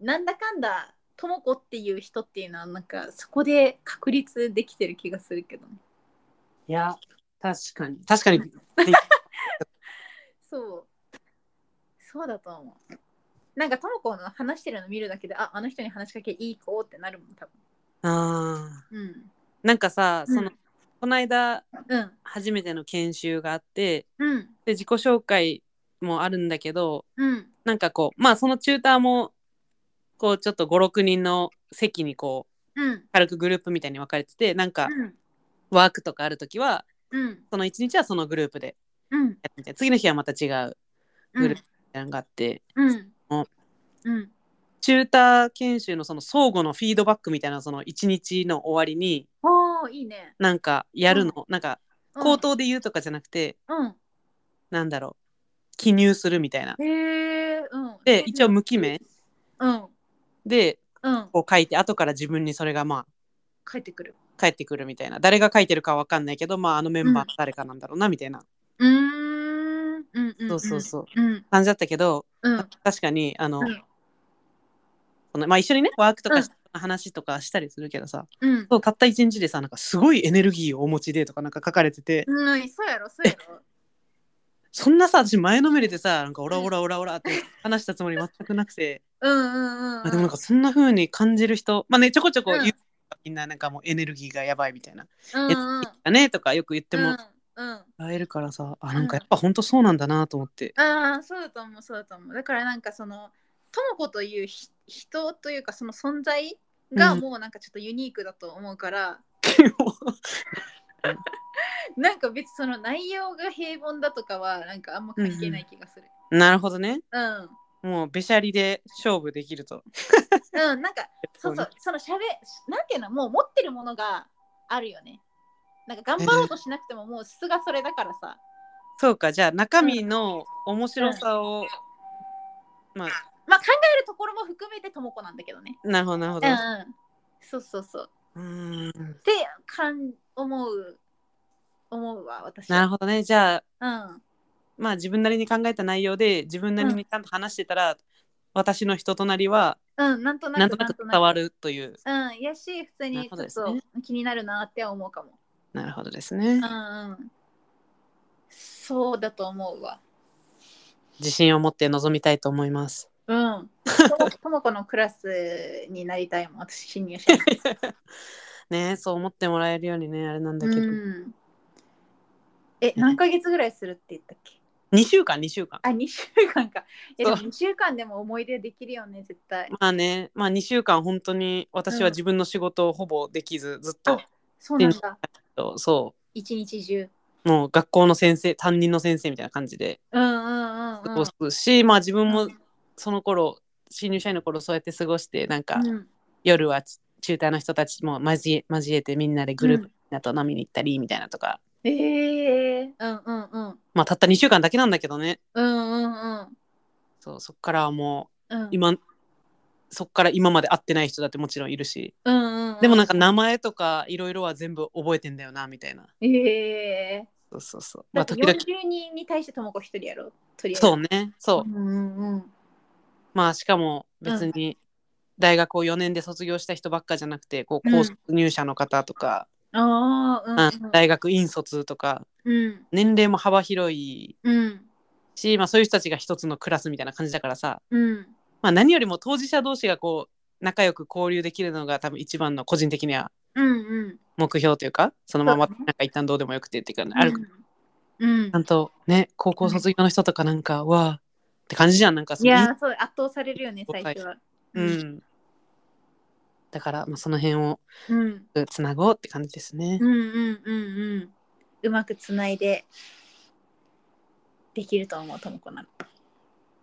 なんだかんだともこっていう人っていうのはなんかそこで確立できてる気がするけどね。ーいや、確かに。確かに。そう。そうだと思う。なんかともこの話してるの見るだけで、あ、あの人に話しかけいい子ってなるもん、多分。あーうん。なんかさ、その、この間、うん。初めての研修があって、うん。で、自己紹介もあるんだけど、うん。なんかこう、まあ、そのチューターも、こう、ちょっと5、6人の席にこう、うん。軽くグループみたいに分かれてて、なんか、うん。ワークとかあるときは、うん。その1日はそのグループでうん。やるみたいな、次の日はまた違ううグんループみたいなのがあって、うん。うんうん。チューター研修のその相互のフィードバックみたいな、その1日の終わりに、おー、いいね。なんかやるの、なんかうん口。頭で言うとかじゃなくて、うん。なんだろう記入するみたいな。へえ。うん。で一応無記名うん。でうん。こう書いて後から自分にそれがまあ帰ってくる。返ってくるみたいな誰が書いてるかわかんないけどまああのメンバー誰かなんだろうなみたいな、うーん。うん。うん。そうそうそううん。感じだったけど、うん。確かにあの、うんそのまあ、一緒にねワークとうかんし話とかしたりするけどさ、うん。そうたった一日でさなんかすごいエネルギーをお持ちでとかなんか書かれてて、うん。そうやろ、そうやろ。そんなさ私前のめりでさなんかオラオラオラオラって話したつもり全くなくて。うんうんうん。あでもなんかそんな風に感じる人、まあね、ちょこちょこ言う、みんななんかもうエネルギーがやばいみたいな、うんうん。だねとかよく言ってうもん。うん。らえるからさ、あなんかやっぱ本当そうなんだなと思って、ああそうだと思うそうだと思うだからなんかそのともこというひ人というかその存在がうんもうなんかちょっとユニークだと思うから、なんか別にその内容が平凡だとかはなんかあんま関係ない気がする *laughs* なるほどねうん、もうべしゃりで勝負できるとうんなんかそうそうそのしゃべなんていうのもう持ってるものがあるよねなんか頑張ろうとしなくてももう質がそれだからさ、そうかじゃあ中身の面白さを、まあまあ考えるところも含めてともこなんだけどねなるほどなるほうどん、うんそうそうそううーんってかん思う思うわ私はなるほどねじゃあうんまあ自分なりに考えた内容で自分なりにちゃんと話してたら、私の人となりはうん、なんとなくなんとなく伝わるといううん、やし、普通なにちるほょどっですねと気になるなって思うかも。なるほどですね、うんうん。そうだと思うわ。自信を持って臨みたいと思います。 *laughs* うん。ととも *laughs* このクラスになりたいもん、私、新入社員。ねえそう思ってもらえるようにねあれなんだけど、うん。え、何ヶ月ぐらいするって言ったっけ2週間2週間あ、2週間か。え、でもそう2週間でも思い出できるよね、絶対。まあねまあ2週間本当に私は自分の仕事をほぼできずずっと、そうなんだ。そ一日中。うもう学校の先生担任の先生みたいな感じでうんうんうん過うごん。すし、まあ自分うもんその頃新入社員の頃そうやって過ごしてなんか、うん夜はチチューターの人たちも交え交えてみんなでグループみんなと飲みに行ったりみたいなとか、ええうんうんうん。まあたった2週間だけなんだけどねうんうんうん。そうそっからはもううん今そっから今まで会ってない人だってもちろんいるしうんうんうん、でもなんか名前とかいろいろは全部覚えてんだよなみたいなええそうそうそうだまっあて時々40人に対してともこ一人やろとりあえずそうねそううんうんうんまあしかも別に大学を4年で卒業した人ばっかじゃなくてこう高卒入社の方とか、あああ大学院卒とかうんうん年齢も幅広いうんし、まあ、そういう人たちが一つのクラスみたいな感じだからさ、うんまあ、何よりも当事者同士がこう仲良く交流できるのが多分一番の個人的にはうんうん目標というかそのままそなうだねんか一旦どうでもよくてっていうか、あるうんちゃんとね高校卒業の人とかなんか、うわーって感じじゃんなんかそいのやーそう圧倒されるよね最初はうん、だから、まあ、その辺をうんつなごうって感じですねうんう、んうんうんうまくつないでできると思うともこなら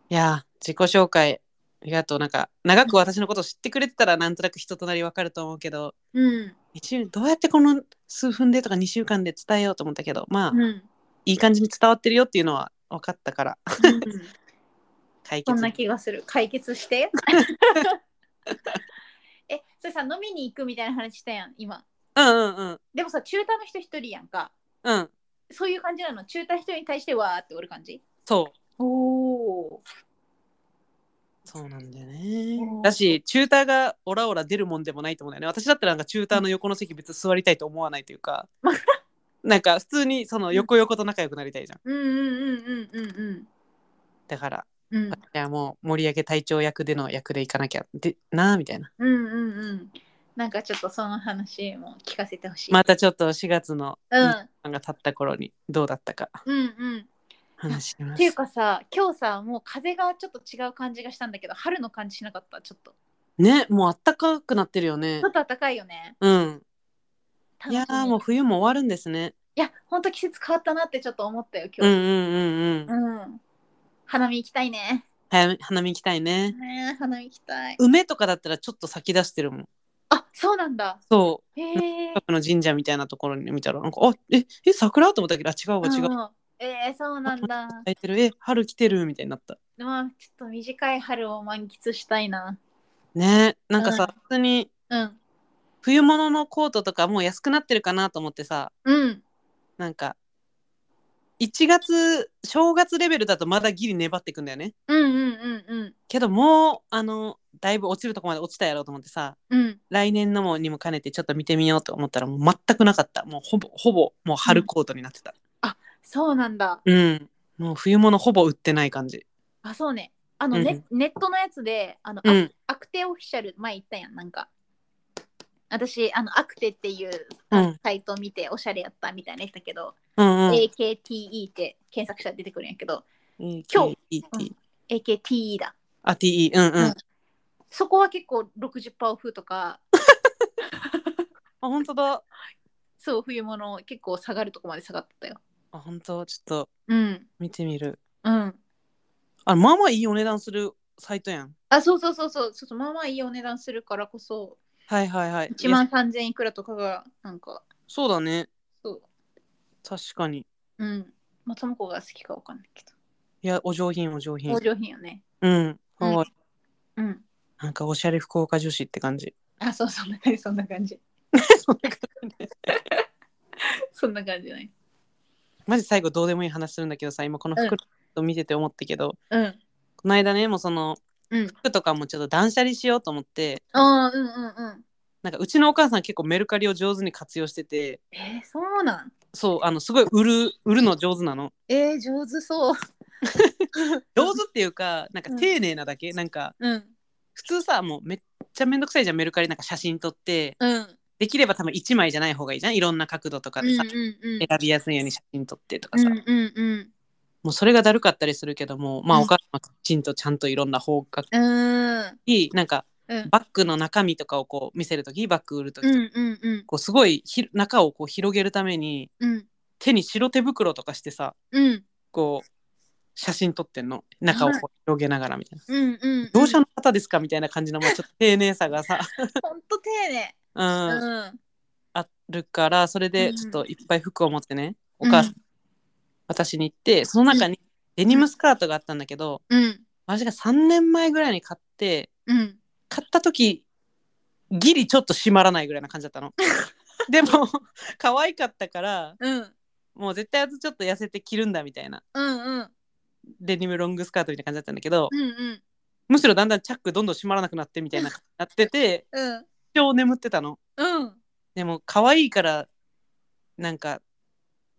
いやー自己紹介ありがとうなんか長く私のことを知ってくれてたらなんとなく人となりわかると思うけどうん一応どうやってこの数分でとか2週間で伝えようと思っ *laughs* たけどまあ、うんいい感じに伝わってるよっていうのは分かったからうん解そ決んな気がする解決して *laughs* えそれさ飲みに行くみたいな話したやん今うんうんうんでもさ中途の人一人やんかうんそういう感じなの中途一人に対してわーっておる感じそうおおそうなんだよねうん。だし、チューターがオラオラ出るもんでもないと思うんだよね。私だったらなんかチューターの横の席別に座りたいと思わないとい *laughs* うか、なんか普通にその横横と仲良くなりたいじゃん。うんうんうんうんうんだから、うんいやもう盛り上げ隊長役での役でいかなきゃでなあみたいな。うんうんうんなんかちょっとその話も聞かせてほしい、またちょっと4月のうんなんか経った頃にどうだったかうんうん話しまっすていう。かさ今日さもう風がちょっと違う感じがしたんだけど春の感じしなかったちょっとね、もうあったかくなってるよねちょ。っと暖かいよねうん。楽しいみやーもう冬も終わるんですね。いやほんと季節変わったなってちょっと思ったよう今んう日、んうんううん。ん花見行きたいね早め花見行きたいね。ねえ花見行きたい梅とかだったらちょっと先出してるもん。あそうなんだそう。へえ近くの神社みたいなところに見たらなんか「あええ桜?」と思ったけど「あ違うわ違うわ」えー、そうなんだ咲いてるえ春来てる」みたいになったまあちょっと短い春を満喫したいなねなんかさ、うん普通にうん冬物のコートとかもう安くなってるかなと思ってさうんなんか1月正月レベルだとまだギリ粘ってくんだよねうんうんうんうんけどもうあのだいぶ落ちるとこまで落ちたやろうと思ってさうん来年のもにも兼ねてちょっと見てみようと思ったらもう全くなかったもうほぼほぼもう春コートになってたそうなんだうん、もう冬物ほぼ売ってない感じあそうねあのうんネ,、ネットのやつであの、うあんアクテオフィシャル前言ったやんなんか私あのアクテっていううんサイトを見ておしゃれやったみたいなやったけど、うんうん AKTE って検索したら出てくるんやけど今今 AT AKTE だあ TE うんうん、うんあそこは結構60%オフとか本当だそう冬物結構下がるとこまで下がってたよあ本当ちょっとうん見てみるうんあまあまあいいお値段するサイトやんあそうそうそうそうそうそうまあまあいいお値段するからこそはいはいはい1い万や3000いくらとかがなんかそうだねそう確かにうんまあとも子が好きかわかんないけいやお上品お上ど品お上品よねうん、うんおいうんなんかおしゃれ福岡女子っ *laughs* て感じあ、そう、そんな感じ、そんな感じ。 *laughs* そんな感じない。マジ最後どうでもいい話するんだけどさ今このうん服を見てて思ったけど、うん。この間ねもうそのうん。服とかもちょっと断捨離しようと思ってああ、うんうんうん。なんかうちのお母さん結構メルカリを上手に活用しててえー、そうなん。そうあのすごい売る売るの上手なのえー、上手そう。上手っていうかなんかうん丁寧なだけ、なんかうん。普通さもうめっちゃめんどくさいじゃんメルカリなんか写真撮ってうん。うんできれば多分1枚じゃない方がいいじゃんいろんな角度とかうでんさ、うん。選びやすいように写真撮ってとかうさ、んうんうん。もうそれがだるかったりするけどもまあうんお母さんはきちんとちゃんといろんな方がうーん。いいなんかうんバッグの中身とかをこう見せる時バッグ売る時うとか、んうんうん。こうすごいひ中をこう広げるためにうん。手に白手袋とかしてさうん。こう写真撮ってんの中をこう広げながらみたいな。うんうん。業者の方ですかみたいな感じのもうちょっと丁寧さがさ、本当丁寧。うん、うん。あるからそれうでんちょっといっぱい服を持ってね、お母さん、う私に行ってその中にデニムスカートがあったんだけど、うん。私が3年前ぐらいに買ってうん。買った時ギリちょっと締まらないぐらいな感じ *laughs* だったのでも可愛かったからうん。もう絶対あとちょっと痩せて着るんだみたいなうんうん。デニムロングスカートみたいな感じだったんだけど、うんうん。むしろだんだんチャックどんどん締まらなくなってみたいな感じになって *laughs* てうん。超眠ってたのうん。でも可愛いからなんか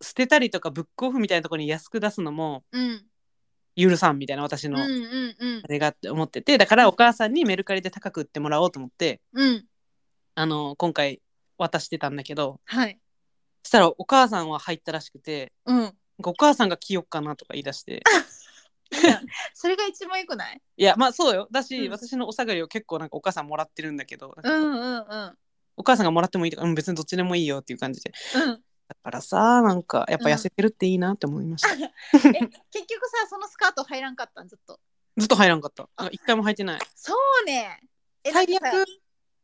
捨てたりとかブックオフみたいなところに安く出すのもうん。許さんみたいな私うんのうんうんあ。れがって思っててだからお母さんにメルカリで高く売ってもらおうと思ってうん。あの今回渡してたんだけどはい。そしたらお母さんは入ったらしくてうん。なんかお母さんが着よっかなとか言い出してそれが一番良くないいやまあそうよだし、うん私のお下がりを結構なんかお母さんもらってるんだけど、うんうんうん。お母さんがもらってもいいとか、うん、別にどっちでもいいよっていう感じでうん、だからさなんかやっぱ痩せてるっていいなって思いました、 *laughs* え結局さそのスカート入らんかったんずっとずっと入らんかったなんか一回も履いてないそうねえ最なんかさ悪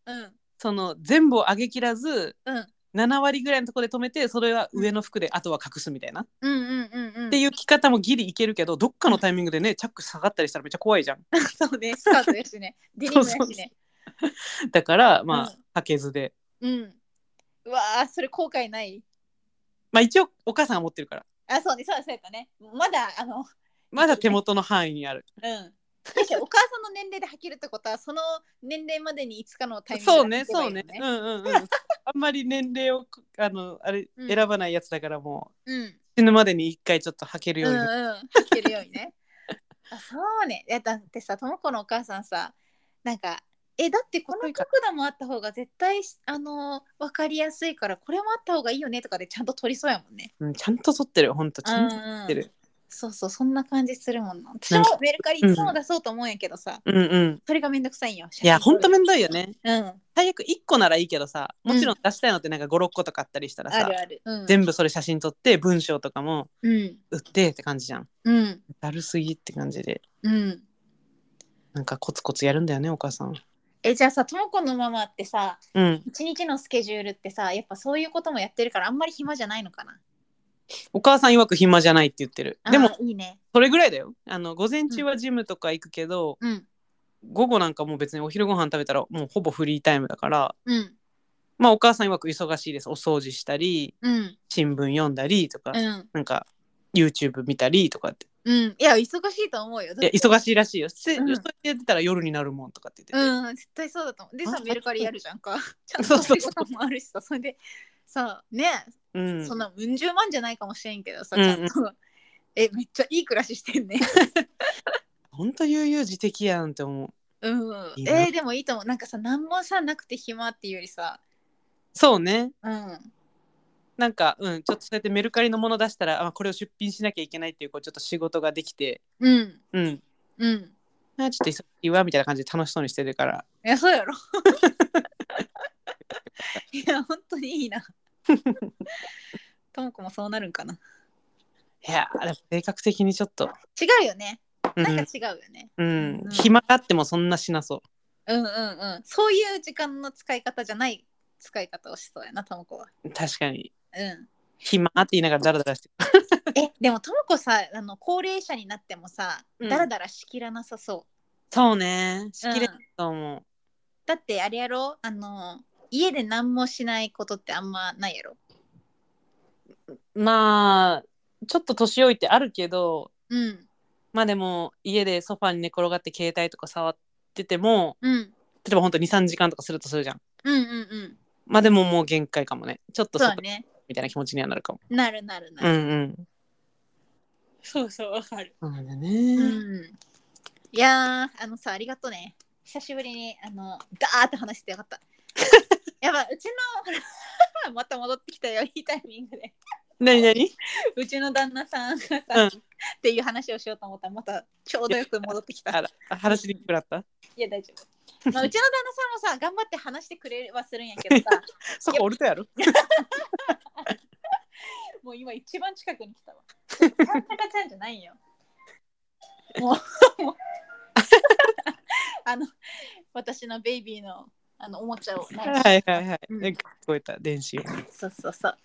うんその全部を上げきらずうん7割ぐらいのところで止めてそれは上の服であとは隠すみたいな、っうんうんうんうん。ていう着方もギリいけるけどどっかのタイミングでねチャック下がったりしたらめっちゃ怖いじゃんそうね、スカートやしね。デニムやしね。 *laughs* そうそうそだからまあ、うん履けずでうん。うわー、それ後悔ないまあ一応お母さんが持ってるからあ、そうね、そうだそうやったね。まだ、あの、まだ手元の範囲にあるうん。確かにお母さんの年齢で履けるってことは、その年齢までにいつかのタイミングでそうね履けばいいそうよねうんうんうん *laughs* あんまり年齢をあのあれうん選ばないやつだからもううん。死ぬまでに一回ちょっと履けるよううんに、うん、履けるように *laughs* ね。あそうね。いやだってさ、ともこのお母さんさ、なんか、え、だってこの角度もあった方が絶対し、あのー、分かりやすいから、これもあった方がいいよねとかでちゃんと取りそうやもんね。うんちゃんと取ってるほんとちゃんとうんうん取ってるそうそう、そんな感じするもんな。私なんもかメルカリいつも出そうと思うんやけどさ、うんうんそれがめんどくさいんよ。いやほんとめんんどいよねうん。最悪1個ならいいけどさもちろん出したいのってなんか56個とかあったりしたらあさ、るある。うん。全部それ写真撮って文章とかもうん。売ってって感じじゃんうん。だるすぎって感じでうん。なんかコツコツやるんだよねお母さんえ、じゃあさ、ともこのママってさ、うん一日のスケジュールってさ、やっぱそういうこともやってるから、あんまり暇じゃないのかな。お母さん曰く暇じゃないって言ってるでもあー、いいね。それぐらいだよあの午前中はジムとか行くけど、うん。午後なんかもう別にお昼ご飯食べたらもうほぼフリータイムだからうん。まあお母さん曰く忙しいですお掃除したりうん。新聞読んだりとか、うん。なんか YouTube 見たりとかってうん。いや、忙しいと思うよ。いや忙しいらしいよ、せうんそれやってたら夜になるもんとかって言ってて、うん、絶対そうだと思う。でさあ、メルカリやるじゃんか。 *laughs* ちゃんそとうそうそう仕事もあるしさ、それでさ、ね、うんそんなうん十万じゃないかもしれんけどさ、うんちゃんと。え、めっちゃいい暮らししてんね。 *laughs* ほんと悠々自適やんって思ううん。いいなえーでもいいと思う。なんかさ、何もさ、なくて暇っていうよりさ、そうねうん。なんかうんちょっとそうやってメルカリのもの出したらあこれを出品しなきゃいけないっていうこうちょっと仕事ができてうん。うんうん。あちょっと忙しいわみたいな感じで楽しそうにしてるからいや、そうや *laughs* ろ。いや、本当にいいな。 *laughs* ともこもそうなるんかな。いやーでも性格的にちょっと違うよね。うなんかん、違うよね。うんうん暇があってもそんなしなそううんうんうん。そういう時間の使い方じゃない使い方をしそうやな、ともこは。確かにうん。暇って言いながらダラダラしてるえ、でもともこさ、あの高齢者になってもさ、うんだらだらしきらなさそう。そうねしきれうんないと思う、だってあれやろあの、家で何もしないことってあんまないやろ。まあちょっと年老いてあるけどうん。まあでも家でソファに寝転がって携帯とか触っててもうん。例えばほんと23時間とかするとするじゃんうんうんうん。まあでももう限界かもねちょっとそうだ外ね。みたいな気持ちにはなるかもなるなるなう,、る。んうんそうそう、わかる。そうなんだね、うんいやーあのさありがとうね久しぶりにあのダーって話してよかった *laughs* やばうちのほら *laughs* また戻ってきたよいいタイミングでなになにうちの旦那さんがさ、うんっていう話をしようと思ったらまたちょうどよく戻ってきたあらあ話にくくなったいや大丈夫、まあ、うちの旦那さんもさ頑張って話してくれはするんやけどさそこ俺とやろもう今一番近くに来たわ *laughs* ちょっとちゃんたかちゃんじゃないんよもうもうあの私のベイビーのあのおもちゃをはないんかはいはい、うんえ聞こえた電子音そうそうそう。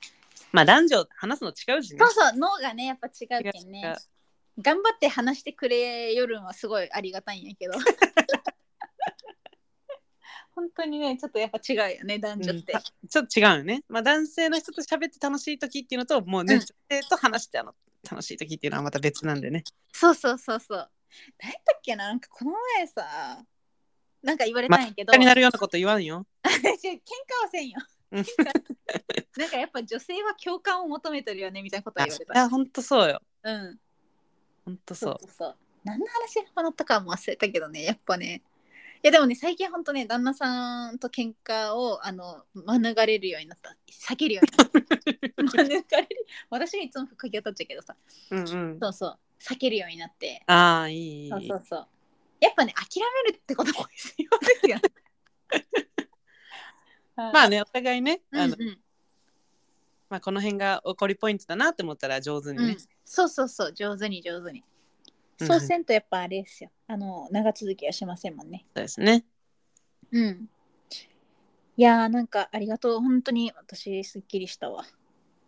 まあ男女話すの違うしねそうそう、脳がね、やっぱ違うけん違う違ねう。頑張って話してくれよるんはすごいありがたいんや *laughs* けど。本当にね、ちょっとやっぱ違うよね、男女って。ちょっと違うよね。まあ男性の人と喋って楽しい時っていうのと、もうね、うん女性と話してあの楽しい時っていうのはまた別なんでね。そうそうそうそう。なんだっけな、なんかこの前さ、なんか言われたんやけど、他になるようなこと言わんよ。私 *laughs* 喧嘩はせんよ。うん *laughs* なんかやっぱ女性は共感を求めてるよねみたいなことは言われいた。や、ほんとそうよ。うん。ほんとそそうう。そうそう何の話がなったかも忘れたけどねやっぱねいやでもね最近ほんとね旦那さんと喧嘩をあの免れるようになった避けるように *laughs* なった免れる私はいつも吹き当たっちゃうけどさうんうん。そうそう避けるようになってああ、いい。そうそうそうやっぱね諦めるってことも必要ですよね *laughs* ままあね、お互いね、うんあうのんまあ、この辺が怒りポイントだなって思ったら上手にうんね。そうそうそう上手に上手にうんそうせんとやっぱあれですよあの長続きはしませんもんねそうですね。うん。いやーなんかありがとう本当に私すっきりしたわ、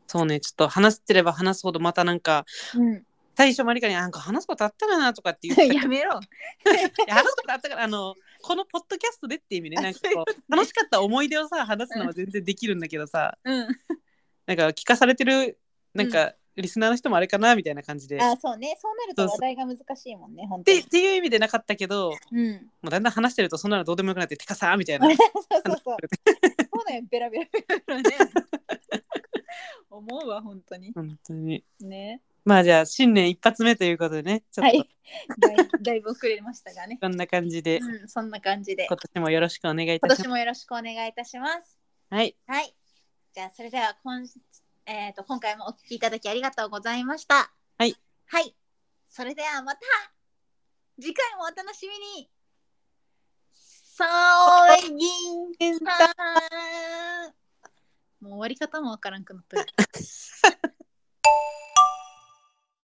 そうねちょっと話してれば話すほどまたなんか *laughs* うん、最初マリカになんか話すことあったらなとかって言ってやめろ話すことあったからあのこのポッドキャストでっていう意味ねあなんかそういうこことねう楽しかった思い出をさ話すのは全然できるんだけどさうんなんか聞かされてるなんか、リスナーの人もあれかなみたいな感じで。あそうねそうなるとそうそ話う題が難しいもんね本当でっにていう意味でなかったけどうんもうだんだん話してるとそんなのどうでもよくなって「てかさ」みたいなそう *laughs* そうそう。そうだよ、ベラベラベラベラね。思うわ、本当に。本当にね。まあじゃあ新年一発目ということでねちょはっとい。だい *laughs* だいぶ遅れましたがね。こんな感じでうん、そんな感じで。今年もよろしくお願いいた今します年。もよろしくお願いいたします。はい、はい。じゃあ、それでは今、えー、と今回もお聞きいただきありがとうございました。はい。はい。それではまた次回もお楽しみにソ *laughs* ーイギンさんもう終わり方もわからんくなった。